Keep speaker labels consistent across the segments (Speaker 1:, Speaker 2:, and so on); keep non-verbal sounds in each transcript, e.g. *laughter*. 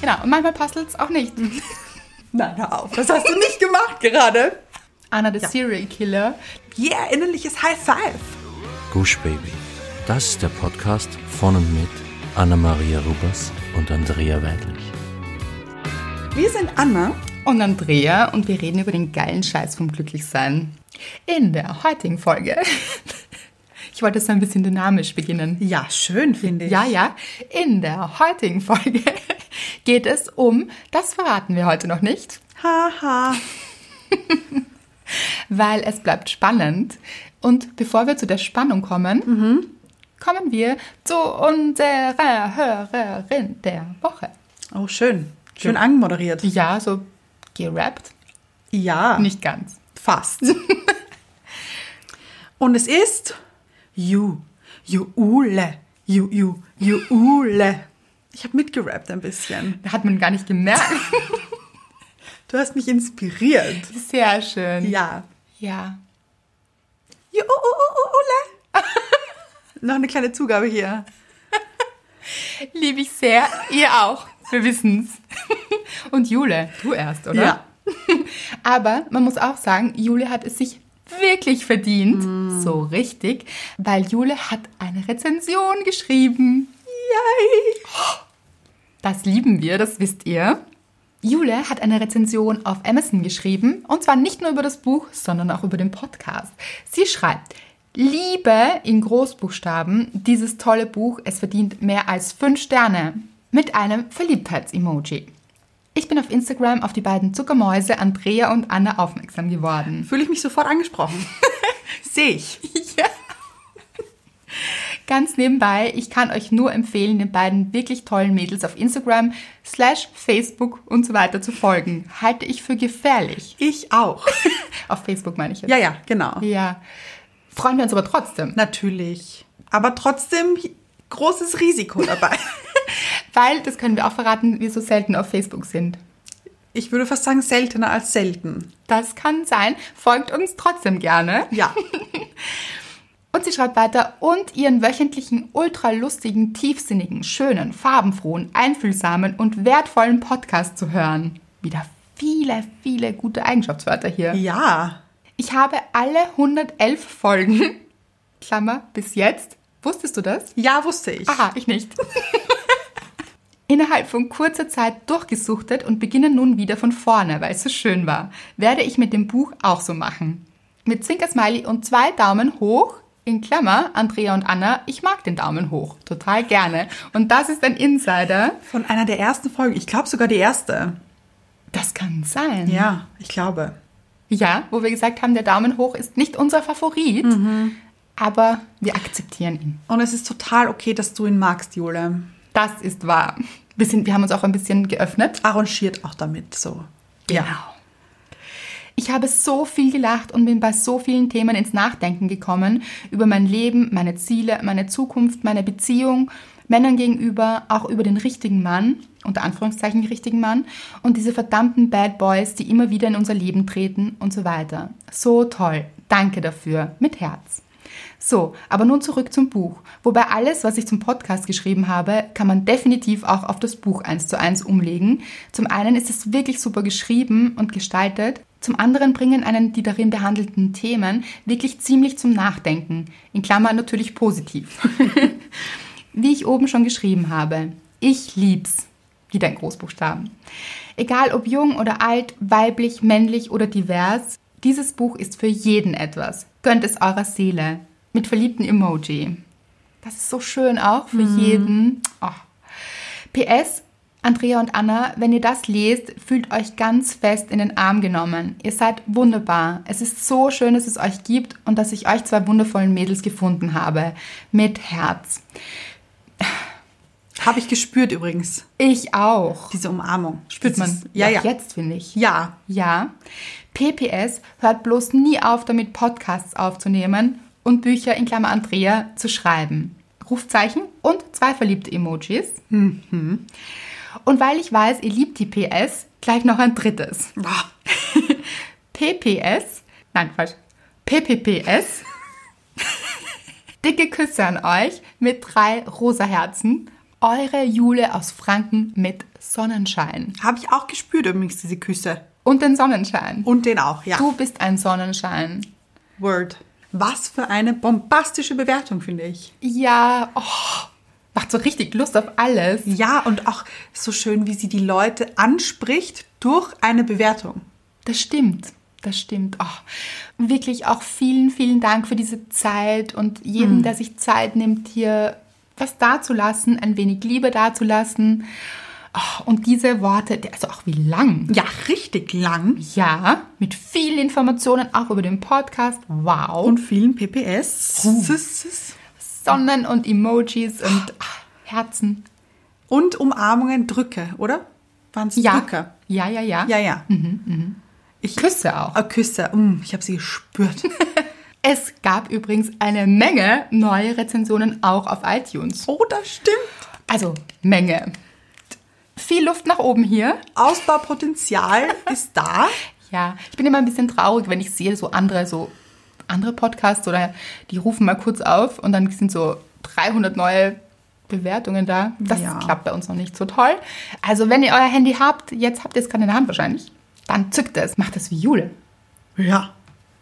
Speaker 1: Genau, und manchmal puzzelt es auch nicht.
Speaker 2: Mhm. Nein, hör auf. Das hast du nicht gemacht gerade.
Speaker 1: Anna, der Serial Killer.
Speaker 2: Yeah, innerliches High Five.
Speaker 3: Gush Baby. Das ist der Podcast von und mit Anna-Maria Rubers und Andrea Weidlich.
Speaker 2: Wir sind Anna.
Speaker 1: Und Andrea und wir reden über den geilen Scheiß vom Glücklichsein. In der heutigen Folge. *laughs* Ich wollte es ein bisschen dynamisch beginnen.
Speaker 2: Ja, schön finde ich.
Speaker 1: Ja, ja. In der heutigen Folge *laughs* geht es um, das verraten wir heute noch nicht,
Speaker 2: Haha.
Speaker 1: weil es bleibt spannend. Und bevor wir zu der Spannung kommen,
Speaker 2: Mhm.
Speaker 1: kommen wir zu unserer Hörerin der Woche.
Speaker 2: Oh, schön. Schön angemoderiert.
Speaker 1: Ja, so gerappt.
Speaker 2: Ja,
Speaker 1: Nicht ganz.
Speaker 2: fast. Und es ist You, You Ule, You, You, You Ule. Ich habe mitgerappt ein bisschen.
Speaker 1: Hat man gar nicht
Speaker 2: *laughs*
Speaker 1: gemerkt.
Speaker 2: Du hast mich inspiriert.
Speaker 1: Sehr schön.
Speaker 2: Ja.
Speaker 1: Ja.
Speaker 2: You, U, U, U, U, Ule. *laughs* Noch eine kleine Zugabe hier.
Speaker 1: Liebe ich sehr. Ihr auch. Wir wissen's. *laughs* Und Jule, du erst, oder?
Speaker 2: Ja.
Speaker 1: *laughs* Aber man muss auch sagen, Jule hat es sich wirklich verdient.
Speaker 2: Mm.
Speaker 1: So richtig. Weil Jule hat eine Rezension geschrieben.
Speaker 2: Yay.
Speaker 1: Das lieben wir, das wisst ihr. Jule hat eine Rezension auf Amazon geschrieben und zwar nicht nur über das Buch, sondern auch über den Podcast. Sie schreibt, liebe in Großbuchstaben dieses tolle Buch, es verdient mehr als 5 Sterne mit einem Verliebtheits-Emoji. Ich bin auf Instagram auf die beiden Zuckermäuse Andrea und Anna aufmerksam geworden.
Speaker 2: Fühle ich mich sofort angesprochen. *laughs* Sehe ich.
Speaker 1: Ganz nebenbei, ich kann euch nur empfehlen, den beiden wirklich tollen Mädels auf Instagram, slash Facebook und so weiter zu folgen. Halte ich für gefährlich. *laughs*
Speaker 2: Ich auch.
Speaker 1: Auf Facebook meine ich jetzt.
Speaker 2: Ja, ja, genau.
Speaker 1: Ja. Freuen wir uns aber trotzdem,
Speaker 2: Natürlich. Aber trotzdem großes Risiko dabei.
Speaker 1: weil, das können wir auch verraten, wir so selten auf Facebook sind.
Speaker 2: *laughs* Ich würde fast sagen, seltener als selten.
Speaker 1: Das kann sein. Folgt uns trotzdem gerne.
Speaker 2: Ja.
Speaker 1: Und sie schreibt weiter, und ihren wöchentlichen, ultralustigen, tiefsinnigen, schönen, farbenfrohen, einfühlsamen und wertvollen Podcast zu hören. Wieder viele, viele gute Eigenschaftswörter hier.
Speaker 2: Ja.
Speaker 1: Ich habe alle 111 Folgen, Klammer, bis jetzt. Wusstest du das?
Speaker 2: Ja, wusste ich.
Speaker 1: Aha, ich nicht. *laughs* Innerhalb von kurzer Zeit durchgesuchtet und beginne nun wieder von vorne, weil es so schön war. Werde ich mit dem Buch auch so machen. Mit Zwinkersmiley und zwei Daumen hoch, in Klammer, Andrea und Anna, ich mag den Daumen hoch, total gerne. Und das ist ein Insider.
Speaker 2: Von einer der ersten Folgen. Ich glaube sogar die erste.
Speaker 1: Das kann sein.
Speaker 2: Ja, ich glaube.
Speaker 1: Ja, wo wir gesagt haben, der Daumen hoch ist nicht unser Favorit, aber wir akzeptieren ihn.
Speaker 2: Und es ist total okay, dass du ihn magst, Jule.
Speaker 1: Das ist wahr. Wir, sind, wir haben uns auch ein bisschen geöffnet.
Speaker 2: Arrangiert auch damit so.
Speaker 1: Genau. Ich habe so viel gelacht und bin bei so vielen Themen ins Nachdenken gekommen. Über mein Leben, meine Ziele, meine Zukunft, meine Beziehung, Männern gegenüber, auch über den richtigen Mann, unter Anführungszeichen richtigen Mann, und diese verdammten Bad Boys, die immer wieder in unser Leben treten und so weiter. So toll. Danke dafür. Mit Herz. So, aber nun zurück zum Buch. Wobei alles, was ich zum Podcast geschrieben habe, kann man definitiv auch auf das Buch eins zu eins umlegen. Zum einen ist es wirklich super geschrieben und gestaltet. Zum anderen bringen einen die darin behandelten Themen wirklich ziemlich zum Nachdenken. In Klammern natürlich positiv. Wie ich oben schon geschrieben habe, ich lieb's. Wieder in Großbuchstaben. Egal ob jung oder alt, weiblich, männlich oder divers, dieses Buch ist für jeden etwas. Gönnt es eurer Seele. Mit verliebten Emoji. Das ist so schön auch für jeden. Oh. PS, Andrea und Anna, wenn ihr das lest, fühlt euch ganz fest in den Arm genommen. Ihr seid wunderbar. Es ist so schön, dass es euch gibt und dass ich euch zwei wundervollen Mädels gefunden habe. Mit Herz.
Speaker 2: Habe ich gespürt übrigens.
Speaker 1: Ich auch.
Speaker 2: Diese Umarmung.
Speaker 1: Spürt man.
Speaker 2: Dieses- Ja, ja.
Speaker 1: Jetzt finde ich.
Speaker 2: Ja.
Speaker 1: Ja. PPS hört bloß nie auf, damit Podcasts aufzunehmen und Bücher in Klammer Andrea zu schreiben. Rufzeichen und zwei verliebte Emojis. Mhm. Und weil ich weiß, ihr liebt die PS, gleich noch ein drittes.
Speaker 2: Boah.
Speaker 1: PPS. Nein, falsch. PPPS. Dicke Küsse an euch mit drei rosa Herzen. Eure Jule aus Franken mit Sonnenschein.
Speaker 2: Habe ich auch gespürt übrigens, diese Küsse.
Speaker 1: Und den Sonnenschein.
Speaker 2: Und den auch, ja.
Speaker 1: Du bist ein Sonnenschein.
Speaker 2: Word. Was für eine bombastische Bewertung, finde ich.
Speaker 1: Ja, oh, macht so richtig Lust auf alles.
Speaker 2: Ja, und auch so schön, wie sie die Leute anspricht durch eine Bewertung.
Speaker 1: Das stimmt. Das stimmt. Oh, wirklich auch vielen, vielen Dank für diese Zeit und jedem, der sich Zeit nimmt, hier was dazulassen, ein wenig Liebe dazulassen. Oh, und diese Worte, die- also auch wie lang.
Speaker 2: Ja, richtig lang
Speaker 1: Ja, mit vielen Informationen auch über den Podcast. Wow.
Speaker 2: und vielen PPS. Sis.
Speaker 1: Sonnen und Emojis und ah, Herzen.
Speaker 2: Und Umarmungen, Drücke, oder? Waren es
Speaker 1: Ja.
Speaker 2: Drücke?
Speaker 1: ja, ja, ja.
Speaker 2: Ja, ja. Ich,
Speaker 1: Küsse auch.
Speaker 2: Ah, Küsse. Mm, ich habe sie gespürt.
Speaker 1: Es gab übrigens eine Menge neue Rezensionen auch auf iTunes.
Speaker 2: *laughs* oh, das stimmt.
Speaker 1: Also Menge. Viel Luft nach oben hier.
Speaker 2: Ausbaupotenzial *laughs* ist da.
Speaker 1: Ja, ich bin immer ein bisschen traurig, wenn ich sehe so andere so andere Podcasts oder die rufen mal kurz auf und dann sind so 300 neue Bewertungen da. Das
Speaker 2: Ja.
Speaker 1: klappt bei uns noch nicht so toll. Also wenn ihr euer Handy habt, jetzt habt ihr es gerade in der Hand wahrscheinlich, dann zückt es, macht es wie Jule.
Speaker 2: Ja.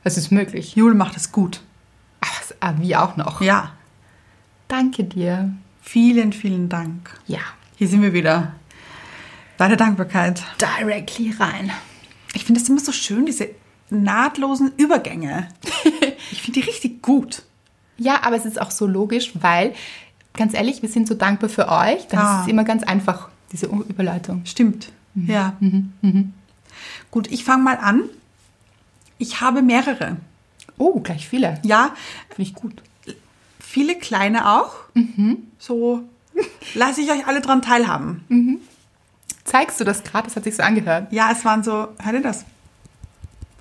Speaker 1: Das ist möglich.
Speaker 2: Jule macht es gut.
Speaker 1: Ach, ah, wie auch noch.
Speaker 2: Ja.
Speaker 1: Danke dir.
Speaker 2: Vielen, vielen Dank.
Speaker 1: Ja.
Speaker 2: Hier sind wir wieder. Bei der Dankbarkeit.
Speaker 1: Directly rein.
Speaker 2: Ich finde das immer so schön, diese nahtlosen Übergänge. *laughs* Ich finde die richtig gut.
Speaker 1: Ja, aber es ist auch so logisch, weil, ganz ehrlich, wir sind so dankbar für euch. Dann
Speaker 2: Ah.
Speaker 1: ist es immer ganz einfach, diese U- Überleitung.
Speaker 2: Stimmt. Ja. Mhm. Gut, ich fange mal an. Ich habe mehrere.
Speaker 1: Oh, gleich viele.
Speaker 2: Ja,
Speaker 1: Finde ich gut.
Speaker 2: viele kleine auch. Mhm. So lasse ich euch alle dran teilhaben.
Speaker 1: Zeigst du das gerade? Das hat sich so angehört.
Speaker 2: Ja, es waren so, hört ihr das?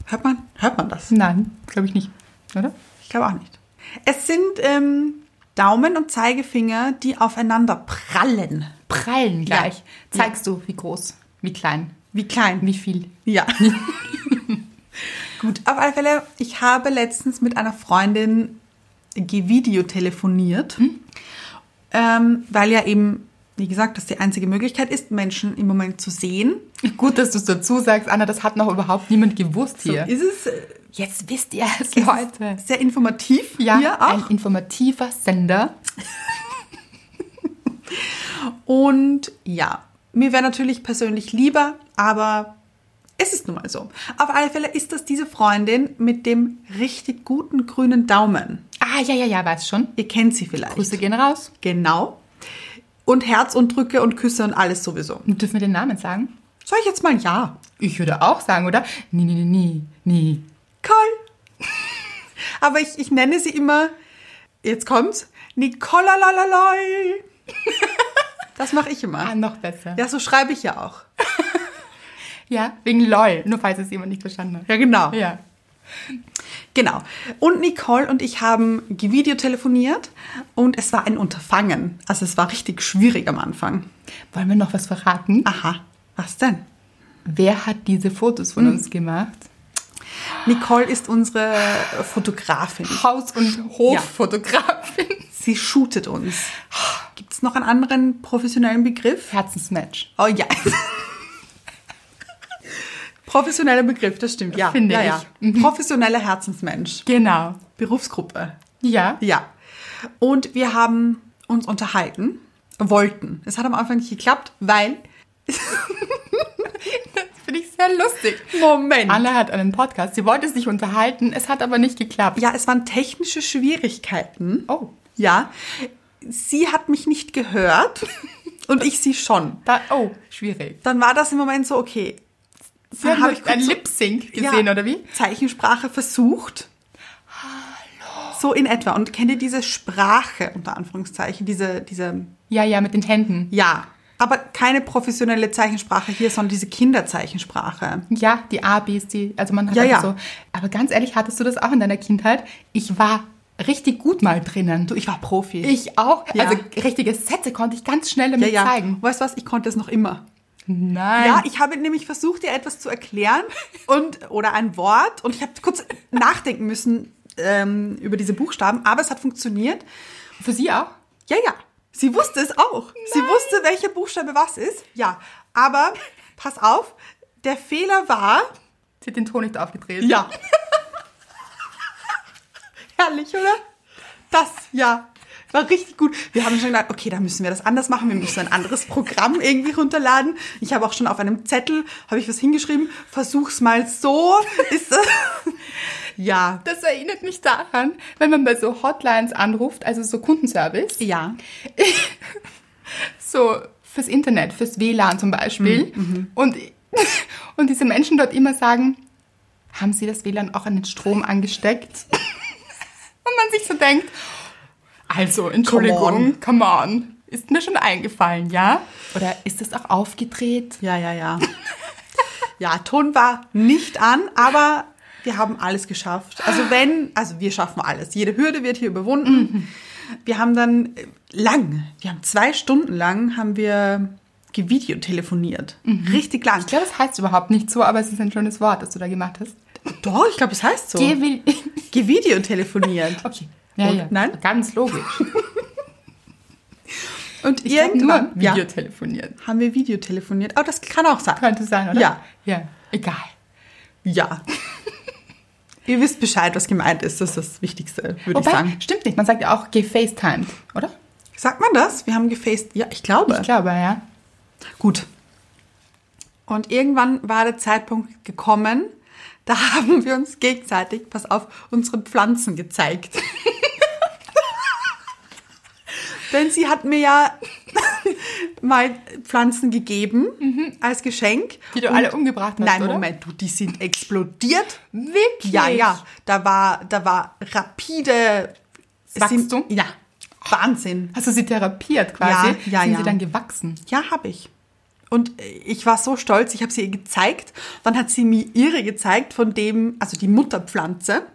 Speaker 2: Hört man? Hört man das?
Speaker 1: Nein, glaube ich nicht. Oder?
Speaker 2: Ich glaube auch nicht. Es sind ähm, Daumen und Zeigefinger, die aufeinander prallen.
Speaker 1: Prallen gleich. Zeigst du, wie groß, wie klein,
Speaker 2: Wie klein.
Speaker 1: wie viel.
Speaker 2: Ja. *laughs* Gut, auf alle Fälle, ich habe letztens mit einer Freundin G-Video telefoniert, ähm, weil ja eben, wie gesagt, das die einzige Möglichkeit ist, Menschen im Moment zu sehen.
Speaker 1: Gut, dass du es dazu sagst, Anna. Das hat noch überhaupt niemand gewusst hier.
Speaker 2: So ist es äh,
Speaker 1: Jetzt wisst ihr es,
Speaker 2: es
Speaker 1: Leute.
Speaker 2: ist sehr informativ
Speaker 1: Ja,
Speaker 2: hier
Speaker 1: ein
Speaker 2: auch.
Speaker 1: informativer Sender.
Speaker 2: Und ja, mir wäre natürlich persönlich lieber, aber es ist nun mal so. Auf alle Fälle ist das diese Freundin mit dem richtig guten grünen Daumen.
Speaker 1: Ah, ja, ja, ja, weiß schon.
Speaker 2: Ihr kennt sie vielleicht.
Speaker 1: Grüße gehen raus.
Speaker 2: Genau. Und Herz und Drücke und Küsse und alles sowieso.
Speaker 1: Und dürfen wir den Namen sagen?
Speaker 2: Soll ich jetzt mal ja?
Speaker 1: Ich würde auch sagen, oder? Nie, nie, nie, nie.
Speaker 2: Cool. *laughs* Aber ich, ich nenne sie immer, jetzt kommt's, Nicola lalaloi. Das mache ich
Speaker 1: Ah,
Speaker 2: immer.
Speaker 1: noch besser. Ja.
Speaker 2: Ja, so schreibe ich ja auch.
Speaker 1: wegen LOL, nur falls es jemand nicht verstanden hat.
Speaker 2: Ja, genau.
Speaker 1: Ja.
Speaker 2: Genau. Und Nicole und ich haben Video telefoniert und es war ein Unterfangen. Also es war richtig schwierig am Anfang.
Speaker 1: Wollen wir noch was verraten?
Speaker 2: Aha, was denn?
Speaker 1: Wer hat diese Fotos
Speaker 2: Hm.
Speaker 1: von uns gemacht?
Speaker 2: Nicole ist unsere Fotografin.
Speaker 1: Haus- und Hoffotografin.
Speaker 2: Sie shootet uns. Gibt es noch einen anderen professionellen Begriff?
Speaker 1: Herzensmatch.
Speaker 2: Oh ja. *laughs* Professioneller Begriff, das stimmt. Ja,
Speaker 1: Finde
Speaker 2: ja,
Speaker 1: ich. Mhm.
Speaker 2: ja. Professioneller Herzensmensch.
Speaker 1: Genau.
Speaker 2: Berufsgruppe.
Speaker 1: Ja.
Speaker 2: Ja. Und wir haben uns unterhalten, wollten. Es hat am Anfang nicht geklappt, weil.
Speaker 1: Finde ich sehr lustig.
Speaker 2: Moment.
Speaker 1: Anna hat einen Podcast. Sie wollte sich unterhalten, es hat aber nicht geklappt.
Speaker 2: Ja, es waren technische Schwierigkeiten.
Speaker 1: Oh.
Speaker 2: Ja. Sie hat mich nicht gehört *laughs* und ich sie schon.
Speaker 1: Da, oh, schwierig.
Speaker 2: Dann war das im Moment so, okay.
Speaker 1: Sie haben
Speaker 2: hab ich
Speaker 1: ich ein
Speaker 2: kurz so-
Speaker 1: Lip Sync gesehen,
Speaker 2: Ja,
Speaker 1: oder wie?
Speaker 2: Zeichensprache versucht. Hallo. So in etwa. Und kennt ihr diese Sprache, unter Anführungszeichen, diese, diese,
Speaker 1: Ja, ja, mit den Händen.
Speaker 2: ja, aber keine professionelle Zeichensprache hier, sondern diese Kinderzeichensprache.
Speaker 1: Ja, die A, B, C. Also man hat
Speaker 2: Ja,
Speaker 1: einfach
Speaker 2: ja.
Speaker 1: so. Aber ganz ehrlich, hattest du das auch in deiner Kindheit? Ich war richtig gut mal drinnen.
Speaker 2: Du, ich war Profi.
Speaker 1: ich auch.
Speaker 2: Ja.
Speaker 1: Also richtige Sätze konnte ich ganz schnell
Speaker 2: ja,
Speaker 1: damit
Speaker 2: ja.
Speaker 1: zeigen.
Speaker 2: Weißt du was, ich konnte es noch immer.
Speaker 1: Nein.
Speaker 2: Ja, ich habe nämlich versucht, dir etwas zu erklären und, oder ein Wort und ich habe kurz nachdenken müssen ähm, über diese Buchstaben, aber es hat funktioniert.
Speaker 1: Für sie auch?
Speaker 2: Ja, ja. Sie wusste es auch. Sie wusste, welcher Buchstabe was ist. Ja, aber pass auf, der Fehler war.
Speaker 1: Sie hat den Ton nicht aufgedreht.
Speaker 2: Ja. *laughs* Herrlich, oder? Das, ja. War richtig gut. Wir haben schon gedacht, okay, da müssen wir das anders machen. Wir müssen ein anderes Programm irgendwie runterladen. Ich habe auch schon auf einem Zettel, habe ich was hingeschrieben. Versuch's mal so. Ist das? *laughs* Ja.
Speaker 1: Das erinnert mich daran, wenn man bei so Hotlines anruft, also so Kundenservice,
Speaker 2: Ja.
Speaker 1: so fürs Internet, fürs WLAN zum
Speaker 2: Mhm,
Speaker 1: Beispiel, und, *laughs* und diese Menschen dort immer sagen, haben Sie das WLAN auch an den Strom angesteckt? *laughs* und man sich so denkt, also, Entschuldigung, come on.
Speaker 2: on.
Speaker 1: ist mir schon eingefallen, ja? Oder ist das auch aufgedreht?
Speaker 2: Ja, ja, ja. ja, Ton war nicht an, aber wir haben alles geschafft. Also wenn, also wir schaffen alles. Jede Hürde wird hier überwunden. Wir haben dann äh, lang, wir haben zwei Stunden lang haben wir gevideotelefoniert. Richtig lang.
Speaker 1: Mhm. Ich glaube, das heißt überhaupt nicht so, aber es ist ein schönes Wort, das du da gemacht hast.
Speaker 2: Doch, ich glaube, es heißt so.
Speaker 1: Die will-
Speaker 2: *laughs*
Speaker 1: *laughs*
Speaker 2: Gevideotelefoniert.
Speaker 1: Okay. Ja,
Speaker 2: Und-
Speaker 1: ja.
Speaker 2: Nein?
Speaker 1: Ganz
Speaker 2: *laughs*
Speaker 1: logisch.
Speaker 2: Und
Speaker 1: Ich habe nur
Speaker 2: irgendwann
Speaker 1: Video
Speaker 2: ja,
Speaker 1: telefoniert.
Speaker 2: haben wir Videotelefoniert. Oh, das kann auch sein.
Speaker 1: Könnte sein, oder?
Speaker 2: Ja.
Speaker 1: Ja. Egal.
Speaker 2: Ja. Ihr wisst Bescheid, was gemeint ist. Das ist das Wichtigste, würde ich sagen.
Speaker 1: Wobei, stimmt nicht. Man sagt ja auch gefacetimed, oder?
Speaker 2: Sagt man das? Wir haben gefaced. Ja, ich glaube.
Speaker 1: Ich glaube, ja.
Speaker 2: Gut. Und irgendwann war der Zeitpunkt gekommen, da *laughs* haben wir uns gegenseitig, pass auf, unsere Pflanzen gezeigt. *laughs* Denn sie hat mir ja *laughs* mal Pflanzen gegeben als Geschenk.
Speaker 1: Mhm. Die du alle umgebracht hast,
Speaker 2: Nein,
Speaker 1: oder?
Speaker 2: Moment, du, die sind explodiert.
Speaker 1: Wirklich?
Speaker 2: Ja, ja, da war, da war rapide
Speaker 1: Wachstum?
Speaker 2: Ja, Wahnsinn.
Speaker 1: Hast du sie therapiert quasi?
Speaker 2: Ja, ja,
Speaker 1: Sind
Speaker 2: ja.
Speaker 1: sie dann gewachsen?
Speaker 2: Ja, habe ich. Und äh, ich war so stolz, ich habe sie ihr gezeigt. Dann hat sie mir ihre gezeigt, von dem, also die Mutterpflanze.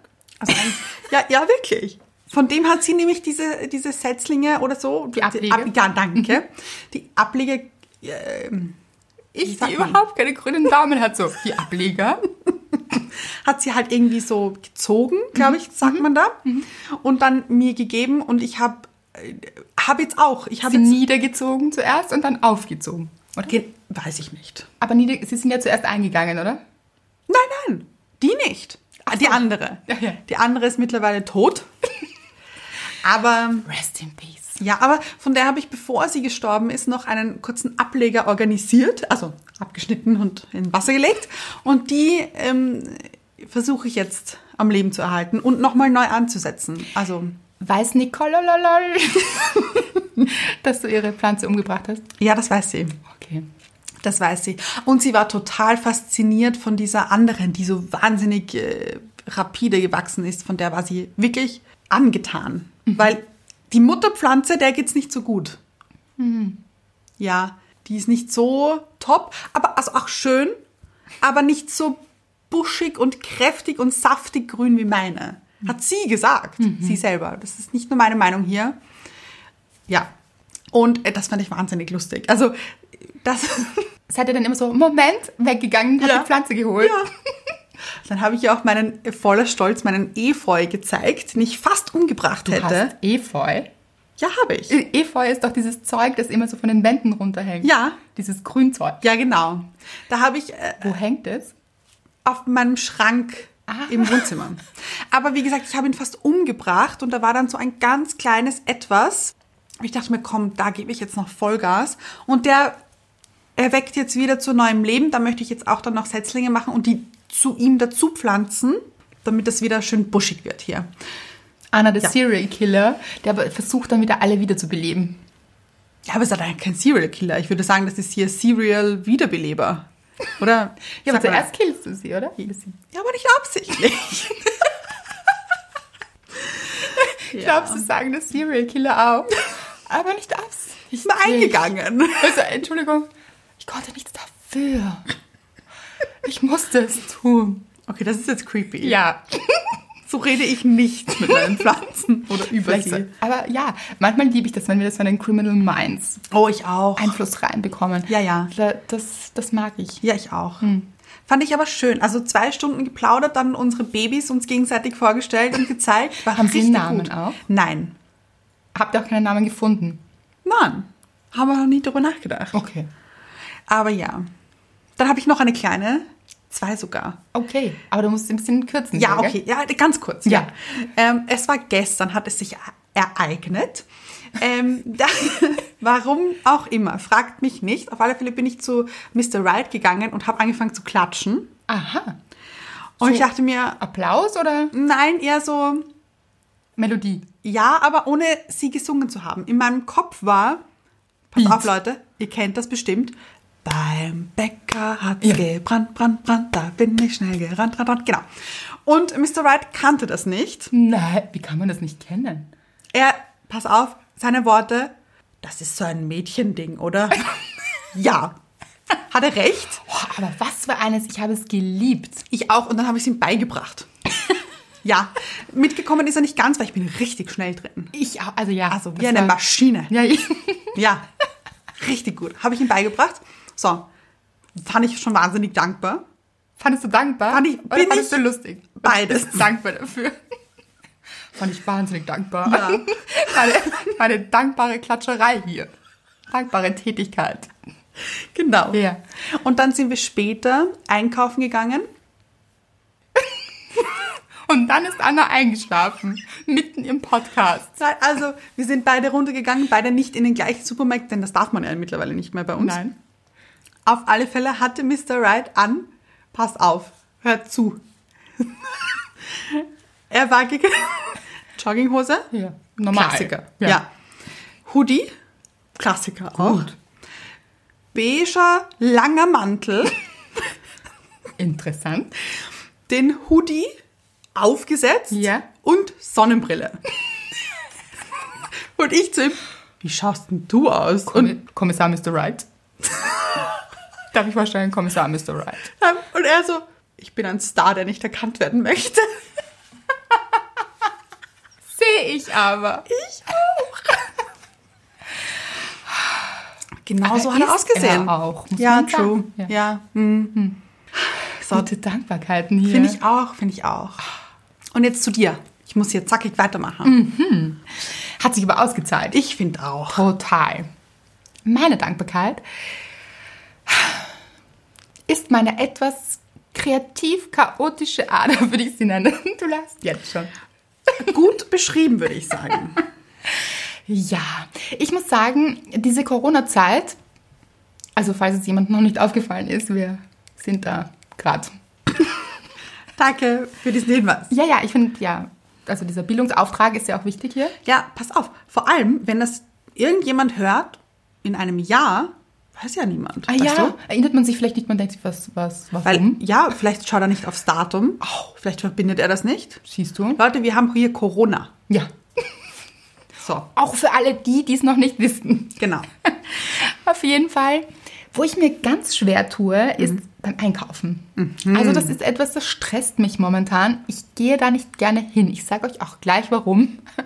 Speaker 1: *laughs*
Speaker 2: Also ein, ja, ja, wirklich. Von dem hat sie nämlich diese, diese Setzlinge oder so.
Speaker 1: Die Mhm. Ableger?
Speaker 2: ja, danke. Die Ableger. ähm,
Speaker 1: Ich,
Speaker 2: Sag
Speaker 1: die
Speaker 2: mal.
Speaker 1: überhaupt keine grünen Daumen hat, so die *laughs* Ableger.
Speaker 2: hat sie halt irgendwie so gezogen,
Speaker 1: Mhm.
Speaker 2: glaube ich, sagt man da. Und dann mir gegeben und ich habe hab jetzt auch. Ich habe
Speaker 1: Sie
Speaker 2: jetzt.
Speaker 1: niedergezogen zuerst und dann aufgezogen, oder?
Speaker 2: Ge- weiß ich nicht.
Speaker 1: Aber nieder sie sind ja zuerst eingegangen, oder?
Speaker 2: Nein, nein, die nicht. Ah, Die andere.
Speaker 1: Ja, ja.
Speaker 2: Die andere ist
Speaker 1: *laughs*
Speaker 2: mittlerweile tot. aber
Speaker 1: Rest in peace.
Speaker 2: ja, aber von der habe ich, bevor sie gestorben ist, noch einen kurzen Ableger organisiert, also abgeschnitten und in Wasser gelegt. Und die ähm, versuche ich jetzt am Leben zu erhalten und nochmal neu anzusetzen. Also
Speaker 1: Weiß Nicole, lololol, *laughs* dass du ihre Pflanze umgebracht hast?
Speaker 2: ja, das weiß sie.
Speaker 1: Okay.
Speaker 2: Das weiß sie. Und sie war total fasziniert von dieser anderen, die so wahnsinnig äh, rapide gewachsen ist. Von der war sie wirklich angetan. Weil die Mutterpflanze, der geht's nicht so gut. Ja, die ist nicht so top, aber also auch schön, aber nicht so buschig und kräftig und saftig grün wie meine. Hat sie gesagt, sie selber. Das ist nicht nur meine Meinung hier. Ja. Und äh, das fand ich wahnsinnig lustig. Also, das. *laughs*
Speaker 1: Seid ihr dann immer so, Moment, weggegangen, hat
Speaker 2: Ja.
Speaker 1: die Pflanze geholt?
Speaker 2: Ja. *laughs* Dann habe ich ja auch meinen äh, voller Stolz meinen Efeu gezeigt, den ich fast umgebracht
Speaker 1: Du
Speaker 2: hätte.
Speaker 1: hast Efeu.
Speaker 2: Ja, habe ich.
Speaker 1: E- Efeu ist doch dieses Zeug, das immer so von den Wänden runterhängt.
Speaker 2: Ja.
Speaker 1: Dieses Grünzeug.
Speaker 2: Ja, genau. Da habe ich äh,
Speaker 1: Wo hängt es?
Speaker 2: auf meinem Schrank im Wohnzimmer. Aber wie gesagt, ich habe ihn fast umgebracht und da war dann so ein ganz kleines Etwas. Ich dachte mir, komm, da gebe ich jetzt noch Vollgas. Und der erweckt jetzt wieder zu neuem Leben. Da möchte ich jetzt auch dann noch Setzlinge machen und die zu ihm dazu pflanzen, damit das wieder schön buschig wird hier.
Speaker 1: Anna, der
Speaker 2: Ja.
Speaker 1: Serial Killer, der aber versucht dann wieder alle wiederzubeleben.
Speaker 2: Ja, aber es ist halt kein Serial Killer. Ich würde sagen, das ist hier Serial Wiederbeleber. Oder?
Speaker 1: Ja, aber
Speaker 2: Sag mal-
Speaker 1: zuerst killst du sie, oder?
Speaker 2: Ja, aber nicht
Speaker 1: *laughs*
Speaker 2: absichtlich.
Speaker 1: Ich glaube, sie sagen das Serial Killer auch.
Speaker 2: *laughs*
Speaker 1: aber nicht absichtlich.
Speaker 2: Ich bin eingegangen.
Speaker 1: Also, Entschuldigung, ich konnte nichts dafür. Ich musste es tun.
Speaker 2: Okay, das ist jetzt creepy.
Speaker 1: Ja,
Speaker 2: So rede ich nicht mit
Speaker 1: *laughs*
Speaker 2: meinen Pflanzen oder über
Speaker 1: vielleicht. so.
Speaker 2: sie.
Speaker 1: Aber ja, manchmal liebe ich das, wenn wir das von den Criminal Minds
Speaker 2: Oh, ich auch.
Speaker 1: Einfluss reinbekommen.
Speaker 2: Ja, ja.
Speaker 1: Da- Das, das mag ich.
Speaker 2: Ja, ich auch.
Speaker 1: Hm.
Speaker 2: Fand ich aber schön. Also zwei Stunden geplaudert, dann unsere Babys uns gegenseitig vorgestellt und gezeigt.
Speaker 1: *laughs*
Speaker 2: War
Speaker 1: Haben sie
Speaker 2: richtig
Speaker 1: einen Namen
Speaker 2: gut.
Speaker 1: auch?
Speaker 2: Nein.
Speaker 1: Habt ihr auch keinen Namen gefunden?
Speaker 2: Nein, haben wir noch nie darüber nachgedacht.
Speaker 1: Okay.
Speaker 2: Aber ja. Dann habe ich noch eine kleine, zwei sogar.
Speaker 1: Okay, aber du musst ein bisschen kürzen.
Speaker 2: Ja,
Speaker 1: gell?
Speaker 2: okay, ja, ganz kurz.
Speaker 1: Ja.
Speaker 2: Ähm, es war gestern, hat es sich e- ereignet. Ähm, *laughs* da, warum auch immer, fragt mich nicht. Auf alle Fälle bin ich zu Mr. Right gegangen und habe angefangen zu klatschen.
Speaker 1: Aha.
Speaker 2: Und
Speaker 1: So.
Speaker 2: ich dachte mir,
Speaker 1: Applaus oder
Speaker 2: nein, eher so,
Speaker 1: Melodie?
Speaker 2: ja, aber ohne sie gesungen zu haben. In meinem Kopf war, pass
Speaker 1: Beat.
Speaker 2: auf Leute, ihr kennt das bestimmt, beim Bäcker hat's
Speaker 1: Ja.
Speaker 2: gebrannt, brannt, brannt, da bin ich schnell gerannt, rannt, rannt, genau. Und Mr. Right kannte das nicht.
Speaker 1: Nein, wie kann man das nicht kennen?
Speaker 2: Er, pass auf, seine Worte, das ist so ein
Speaker 1: *laughs*
Speaker 2: Mädchending, oder? ja. Hat er recht?
Speaker 1: Boah, aber was für eines, ich habe es geliebt.
Speaker 2: Ich auch. Und dann habe ich es
Speaker 1: *laughs*
Speaker 2: ihm beigebracht. ja. Mitgekommen ist er nicht ganz, weil ich bin richtig schnell drin.
Speaker 1: Ich auch, also ja.
Speaker 2: Also
Speaker 1: das
Speaker 2: wie eine
Speaker 1: war-
Speaker 2: Maschine.
Speaker 1: Ja, ich, *laughs*
Speaker 2: Ja. Richtig gut. Habe ich ihm beigebracht. So. Fand ich schon wahnsinnig dankbar.
Speaker 1: fandest du dankbar?
Speaker 2: Fand ich-
Speaker 1: oder
Speaker 2: bin
Speaker 1: fandest
Speaker 2: ich
Speaker 1: du lustig?
Speaker 2: beides.
Speaker 1: Bist du *laughs* dankbar dafür. Fand ich wahnsinnig dankbar.
Speaker 2: Ja.
Speaker 1: *laughs* meine, meine dankbare Klatscherei hier. Dankbare Tätigkeit.
Speaker 2: Genau.
Speaker 1: Ja.
Speaker 2: Und dann sind wir später einkaufen gegangen.
Speaker 1: Und dann ist Anna eingeschlafen. Mitten im Podcast.
Speaker 2: Nein, Also, wir sind beide runtergegangen, beide nicht in den gleichen Supermarkt, denn das darf man ja mittlerweile nicht mehr bei uns.
Speaker 1: Nein.
Speaker 2: Auf alle Fälle hatte Mr. Wright an, passt auf, hört zu. *laughs* er war gegangen. *laughs* Jogginghose,
Speaker 1: Ja. Normal.
Speaker 2: Klassiker.
Speaker 1: Ja.
Speaker 2: Ja. Hoodie, Klassiker auch. Beiger,
Speaker 1: *laughs*
Speaker 2: langer Mantel,
Speaker 1: Interessant.
Speaker 2: den Hoodie aufgesetzt
Speaker 1: Ja.
Speaker 2: und Sonnenbrille. *laughs* und ich zu ihm, wie schaust denn du aus? Und
Speaker 1: Und Kommissar Mr. Right. *laughs* Darf ich vorstellen, Kommissar Mr. Right.
Speaker 2: Ähm, Und er so, ich bin ein Star, der nicht erkannt werden möchte.
Speaker 1: Sehe ich aber.
Speaker 2: Ich auch. Genau so hat
Speaker 1: ist
Speaker 2: er ausgesehen.
Speaker 1: er auch, muss
Speaker 2: ja,
Speaker 1: man sagen.
Speaker 2: true.
Speaker 1: Ja.
Speaker 2: Ja. Mhm. So,
Speaker 1: Gute Dankbarkeiten hier.
Speaker 2: finde ich auch, finde ich auch. Und jetzt zu dir. Ich muss hier zackig
Speaker 1: Mhm.
Speaker 2: weitermachen.
Speaker 1: Hat sich aber ausgezahlt.
Speaker 2: Ich finde auch.
Speaker 1: Total. Meine Dankbarkeit ist meine etwas kreativ-chaotische Ader, *laughs* würde ich sie nennen. Du lachst jetzt schon.
Speaker 2: Gut beschrieben, würde ich sagen.
Speaker 1: *laughs* Ja, ich muss sagen, diese Corona-Zeit, also falls es jemand noch nicht aufgefallen ist, wir sind da gerade.
Speaker 2: Danke für diesen Hinweis.
Speaker 1: Ja, ja, ich finde, ja, also dieser Bildungsauftrag ist ja auch wichtig hier.
Speaker 2: Ja, pass auf. Vor allem, wenn das irgendjemand hört, in einem Jahr, weiß Ah, ja niemand. weißt du?
Speaker 1: erinnert man sich vielleicht nicht, man denkt sich, was, was, Ah, warum?
Speaker 2: Weil, ja, vielleicht schaut er nicht aufs Datum. Vielleicht verbindet er das nicht.
Speaker 1: Siehst du?
Speaker 2: Leute, wir haben hier Corona.
Speaker 1: Ja.
Speaker 2: So,
Speaker 1: Auch für alle die, die es noch nicht wissen. *laughs*
Speaker 2: genau.
Speaker 1: Auf jeden Fall. Wo ich mir ganz schwer tue, ist
Speaker 2: Mhm.
Speaker 1: beim Einkaufen. Also das ist etwas, das stresst mich momentan. Ich gehe da nicht gerne hin. Ich sage euch auch gleich warum. *laughs*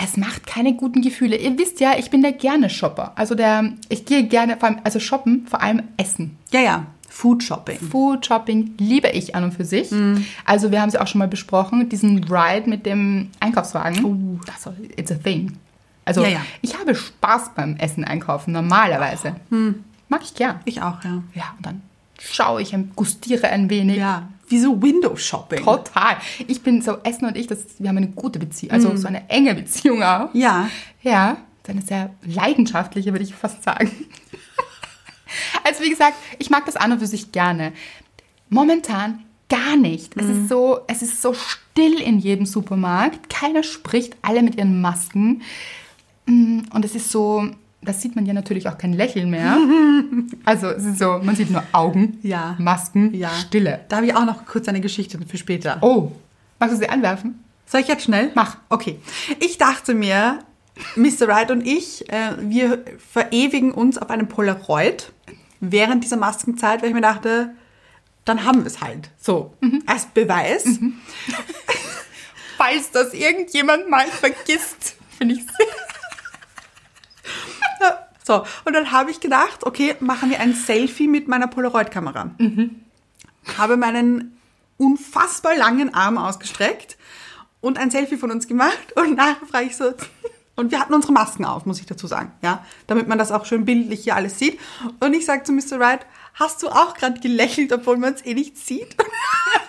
Speaker 1: Es macht keine guten Gefühle. Ihr wisst ja, ich bin der gerne Shopper. Also der, ich gehe gerne, vor allem, also shoppen, vor allem essen.
Speaker 2: Ja, ja, Food Shopping.
Speaker 1: Food Shopping liebe ich an und für sich.
Speaker 2: Mhm.
Speaker 1: Also wir haben es ja auch schon mal besprochen, diesen Ride mit dem Einkaufswagen. Also, it's a thing. Also
Speaker 2: Oh. Ja, ja.
Speaker 1: ich habe Spaß beim Essen einkaufen, normalerweise.
Speaker 2: Hm.
Speaker 1: Mag ich gern.
Speaker 2: Ich auch, ja.
Speaker 1: Ja, und dann schaue ich, und gustiere ein wenig.
Speaker 2: Ja, wie so Window Shopping.
Speaker 1: Total. Ich bin so, Essen und ich, das, wir haben eine gute Beziehung, also so eine enge Beziehung auch.
Speaker 2: Hm. Ja,
Speaker 1: Ja, seine sehr leidenschaftliche, würde ich fast sagen. *laughs* Also wie gesagt, ich mag das an und für sich gerne. Momentan gar nicht. Es,
Speaker 2: Mhm.
Speaker 1: ist so, es ist so still in jedem Supermarkt. Keiner spricht, alle mit ihren Masken. Mm, Und es ist so, das sieht man ja natürlich auch kein Lächeln
Speaker 2: *laughs*
Speaker 1: mehr. Also es ist so, man sieht nur Augen,
Speaker 2: Ja.
Speaker 1: Masken,
Speaker 2: ja.
Speaker 1: Stille.
Speaker 2: Da habe ich auch noch kurz eine Geschichte für später.
Speaker 1: Oh, magst du sie anwerfen?
Speaker 2: Soll ich jetzt schnell?
Speaker 1: Mach.
Speaker 2: Okay. Ich dachte mir, Mr. Right und ich, äh, wir verewigen uns auf einem Polaroid während dieser Maskenzeit, weil ich mir dachte, dann haben wir es halt. So,
Speaker 1: Mhm.
Speaker 2: als Beweis.
Speaker 1: Falls das irgendjemand mal vergisst, finde ich sehr
Speaker 2: Ja, *laughs* So, und dann habe ich gedacht, okay, machen wir ein Selfie mit meiner Polaroid-Kamera. Habe meinen unfassbar langen Arm ausgestreckt und ein Selfie von uns gemacht und nachher frage ich so, *laughs* Und wir hatten unsere Masken auf, muss ich dazu sagen, ja, damit man das auch schön bildlich hier alles sieht. Und ich sage zu Mr. Wright, hast du auch gerade gelächelt, obwohl man es eh nicht sieht? *laughs*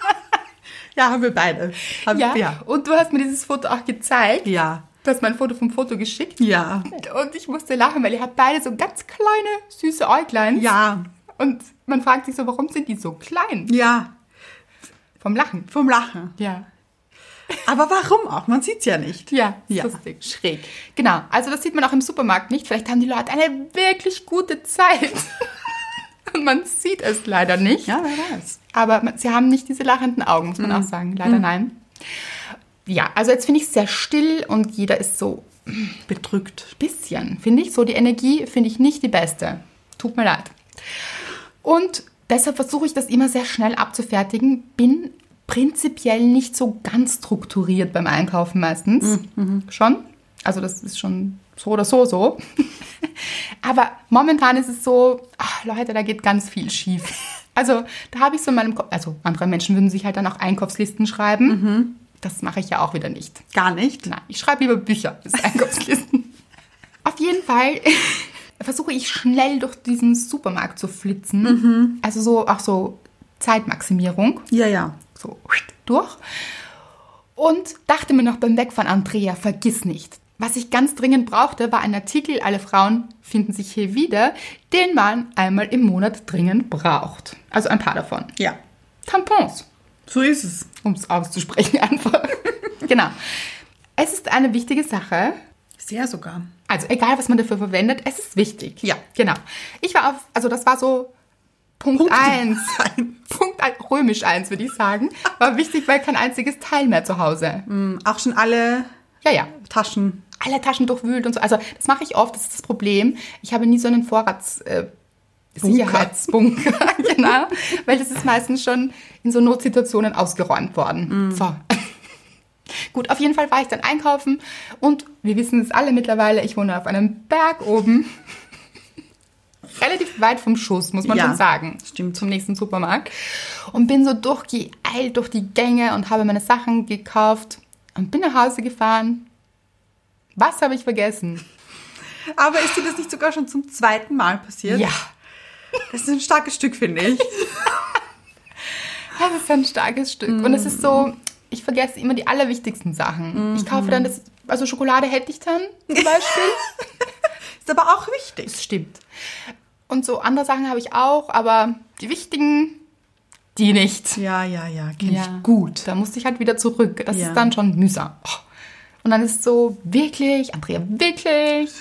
Speaker 2: ja, haben wir beide. Haben
Speaker 1: Ja,
Speaker 2: ja.
Speaker 1: und du hast mir dieses Foto auch gezeigt.
Speaker 2: Ja.
Speaker 1: Du hast mir ein Foto vom Foto geschickt.
Speaker 2: Ja.
Speaker 1: Und ich musste lachen, weil ihr habt beide so ganz kleine, süße Äuglein.
Speaker 2: Ja.
Speaker 1: Und man fragt sich so, warum sind die so klein?
Speaker 2: Ja.
Speaker 1: Vom Lachen.
Speaker 2: Vom Lachen.
Speaker 1: Ja.
Speaker 2: Aber warum auch? Man sieht's ja nicht.
Speaker 1: Ja, ist
Speaker 2: Ja.
Speaker 1: lustig.
Speaker 2: Schräg.
Speaker 1: Genau, also das sieht man auch im Supermarkt nicht. Vielleicht haben die Leute eine wirklich gute Zeit. *laughs* Und man sieht es leider nicht.
Speaker 2: Ja, Mhm. wer weiß.
Speaker 1: Aber man- sie haben nicht diese lachenden Augen, muss man auch sagen. Leider nein. Ja, also jetzt finde ich es sehr still und jeder ist so
Speaker 2: Bedrückt.
Speaker 1: bisschen, finde ich. So die Energie finde ich nicht die beste. Tut mir leid. Und deshalb versuche ich das immer sehr schnell abzufertigen. Bin prinzipiell nicht so ganz strukturiert beim Einkaufen meistens. Schon. Also das ist schon so oder so so. *laughs* Aber momentan ist es so, ach Leute, da geht ganz viel schief. Also da habe ich so in meinem Kopf, also andere Menschen würden sich halt dann auch Einkaufslisten schreiben. Das mache ich ja auch wieder nicht.
Speaker 2: Gar nicht.
Speaker 1: Nein, ich schreibe lieber Bücher als Einkaufslisten. Auf jeden Fall *laughs* versuche ich schnell durch diesen Supermarkt zu flitzen. Also so auch so Zeitmaximierung.
Speaker 2: Ja, ja.
Speaker 1: So durch. Und dachte mir noch beim Wegfahren, Andrea, vergiss nicht. Was ich ganz dringend brauchte, war ein Artikel, alle Frauen finden sich hier wieder, den man einmal im Monat dringend braucht. Also ein paar davon.
Speaker 2: Ja.
Speaker 1: Tampons
Speaker 2: So ist es.
Speaker 1: um es auszusprechen *laughs* einfach. genau. Es ist eine wichtige Sache.
Speaker 2: Sehr sogar.
Speaker 1: Also egal, was man dafür verwendet, es ist wichtig.
Speaker 2: Ja.
Speaker 1: Genau. Ich war auf, also das war so Punkt
Speaker 2: Punkt
Speaker 1: 1.
Speaker 2: eins.
Speaker 1: *laughs* Punkt ein, römisch 1, würde ich sagen. War wichtig, weil kein einziges Teil mehr zu Hause.
Speaker 2: Mm, Auch schon alle
Speaker 1: Ja, ja.
Speaker 2: Taschen.
Speaker 1: Alle Taschen durchwühlt und so. Also das mache ich oft, das ist das Problem. Ich habe nie so einen Vorrats... Äh,
Speaker 2: Bunker.
Speaker 1: Sicherheitsbunker, *laughs* genau, weil das ist meistens schon in so Notsituationen ausgeräumt
Speaker 2: Mhm.
Speaker 1: worden. So, *laughs* Gut, auf jeden Fall war ich dann einkaufen und wir wissen es alle mittlerweile, ich wohne auf einem Berg oben. Relativ weit vom Schuss, muss man
Speaker 2: Ja,
Speaker 1: schon sagen.
Speaker 2: stimmt.
Speaker 1: Zum nächsten Supermarkt. Und bin so durchgeeilt durch die Gänge und habe meine Sachen gekauft und bin nach Hause gefahren. Was habe ich vergessen?
Speaker 2: Aber ist dir das nicht sogar schon zum zweiten Mal passiert?
Speaker 1: Ja,
Speaker 2: Das ist ein starkes Stück, finde
Speaker 1: *laughs*
Speaker 2: ich.
Speaker 1: das ist ein starkes Stück. Und es ist so, ich vergesse immer die allerwichtigsten Sachen. Ich kaufe dann das, also Schokolade hätte ich dann
Speaker 2: *laughs*
Speaker 1: zum Beispiel.
Speaker 2: Ist aber auch wichtig.
Speaker 1: Das stimmt. Und so andere Sachen habe ich auch, aber die wichtigen, die nicht.
Speaker 2: Ja, ja, ja. Kenne
Speaker 1: Ja.
Speaker 2: ich gut.
Speaker 1: Da musste ich halt wieder zurück. Das
Speaker 2: Ja.
Speaker 1: ist dann schon mühsam. Oh. Und dann ist so, wirklich, Andrea,
Speaker 2: *laughs*
Speaker 1: wirklich.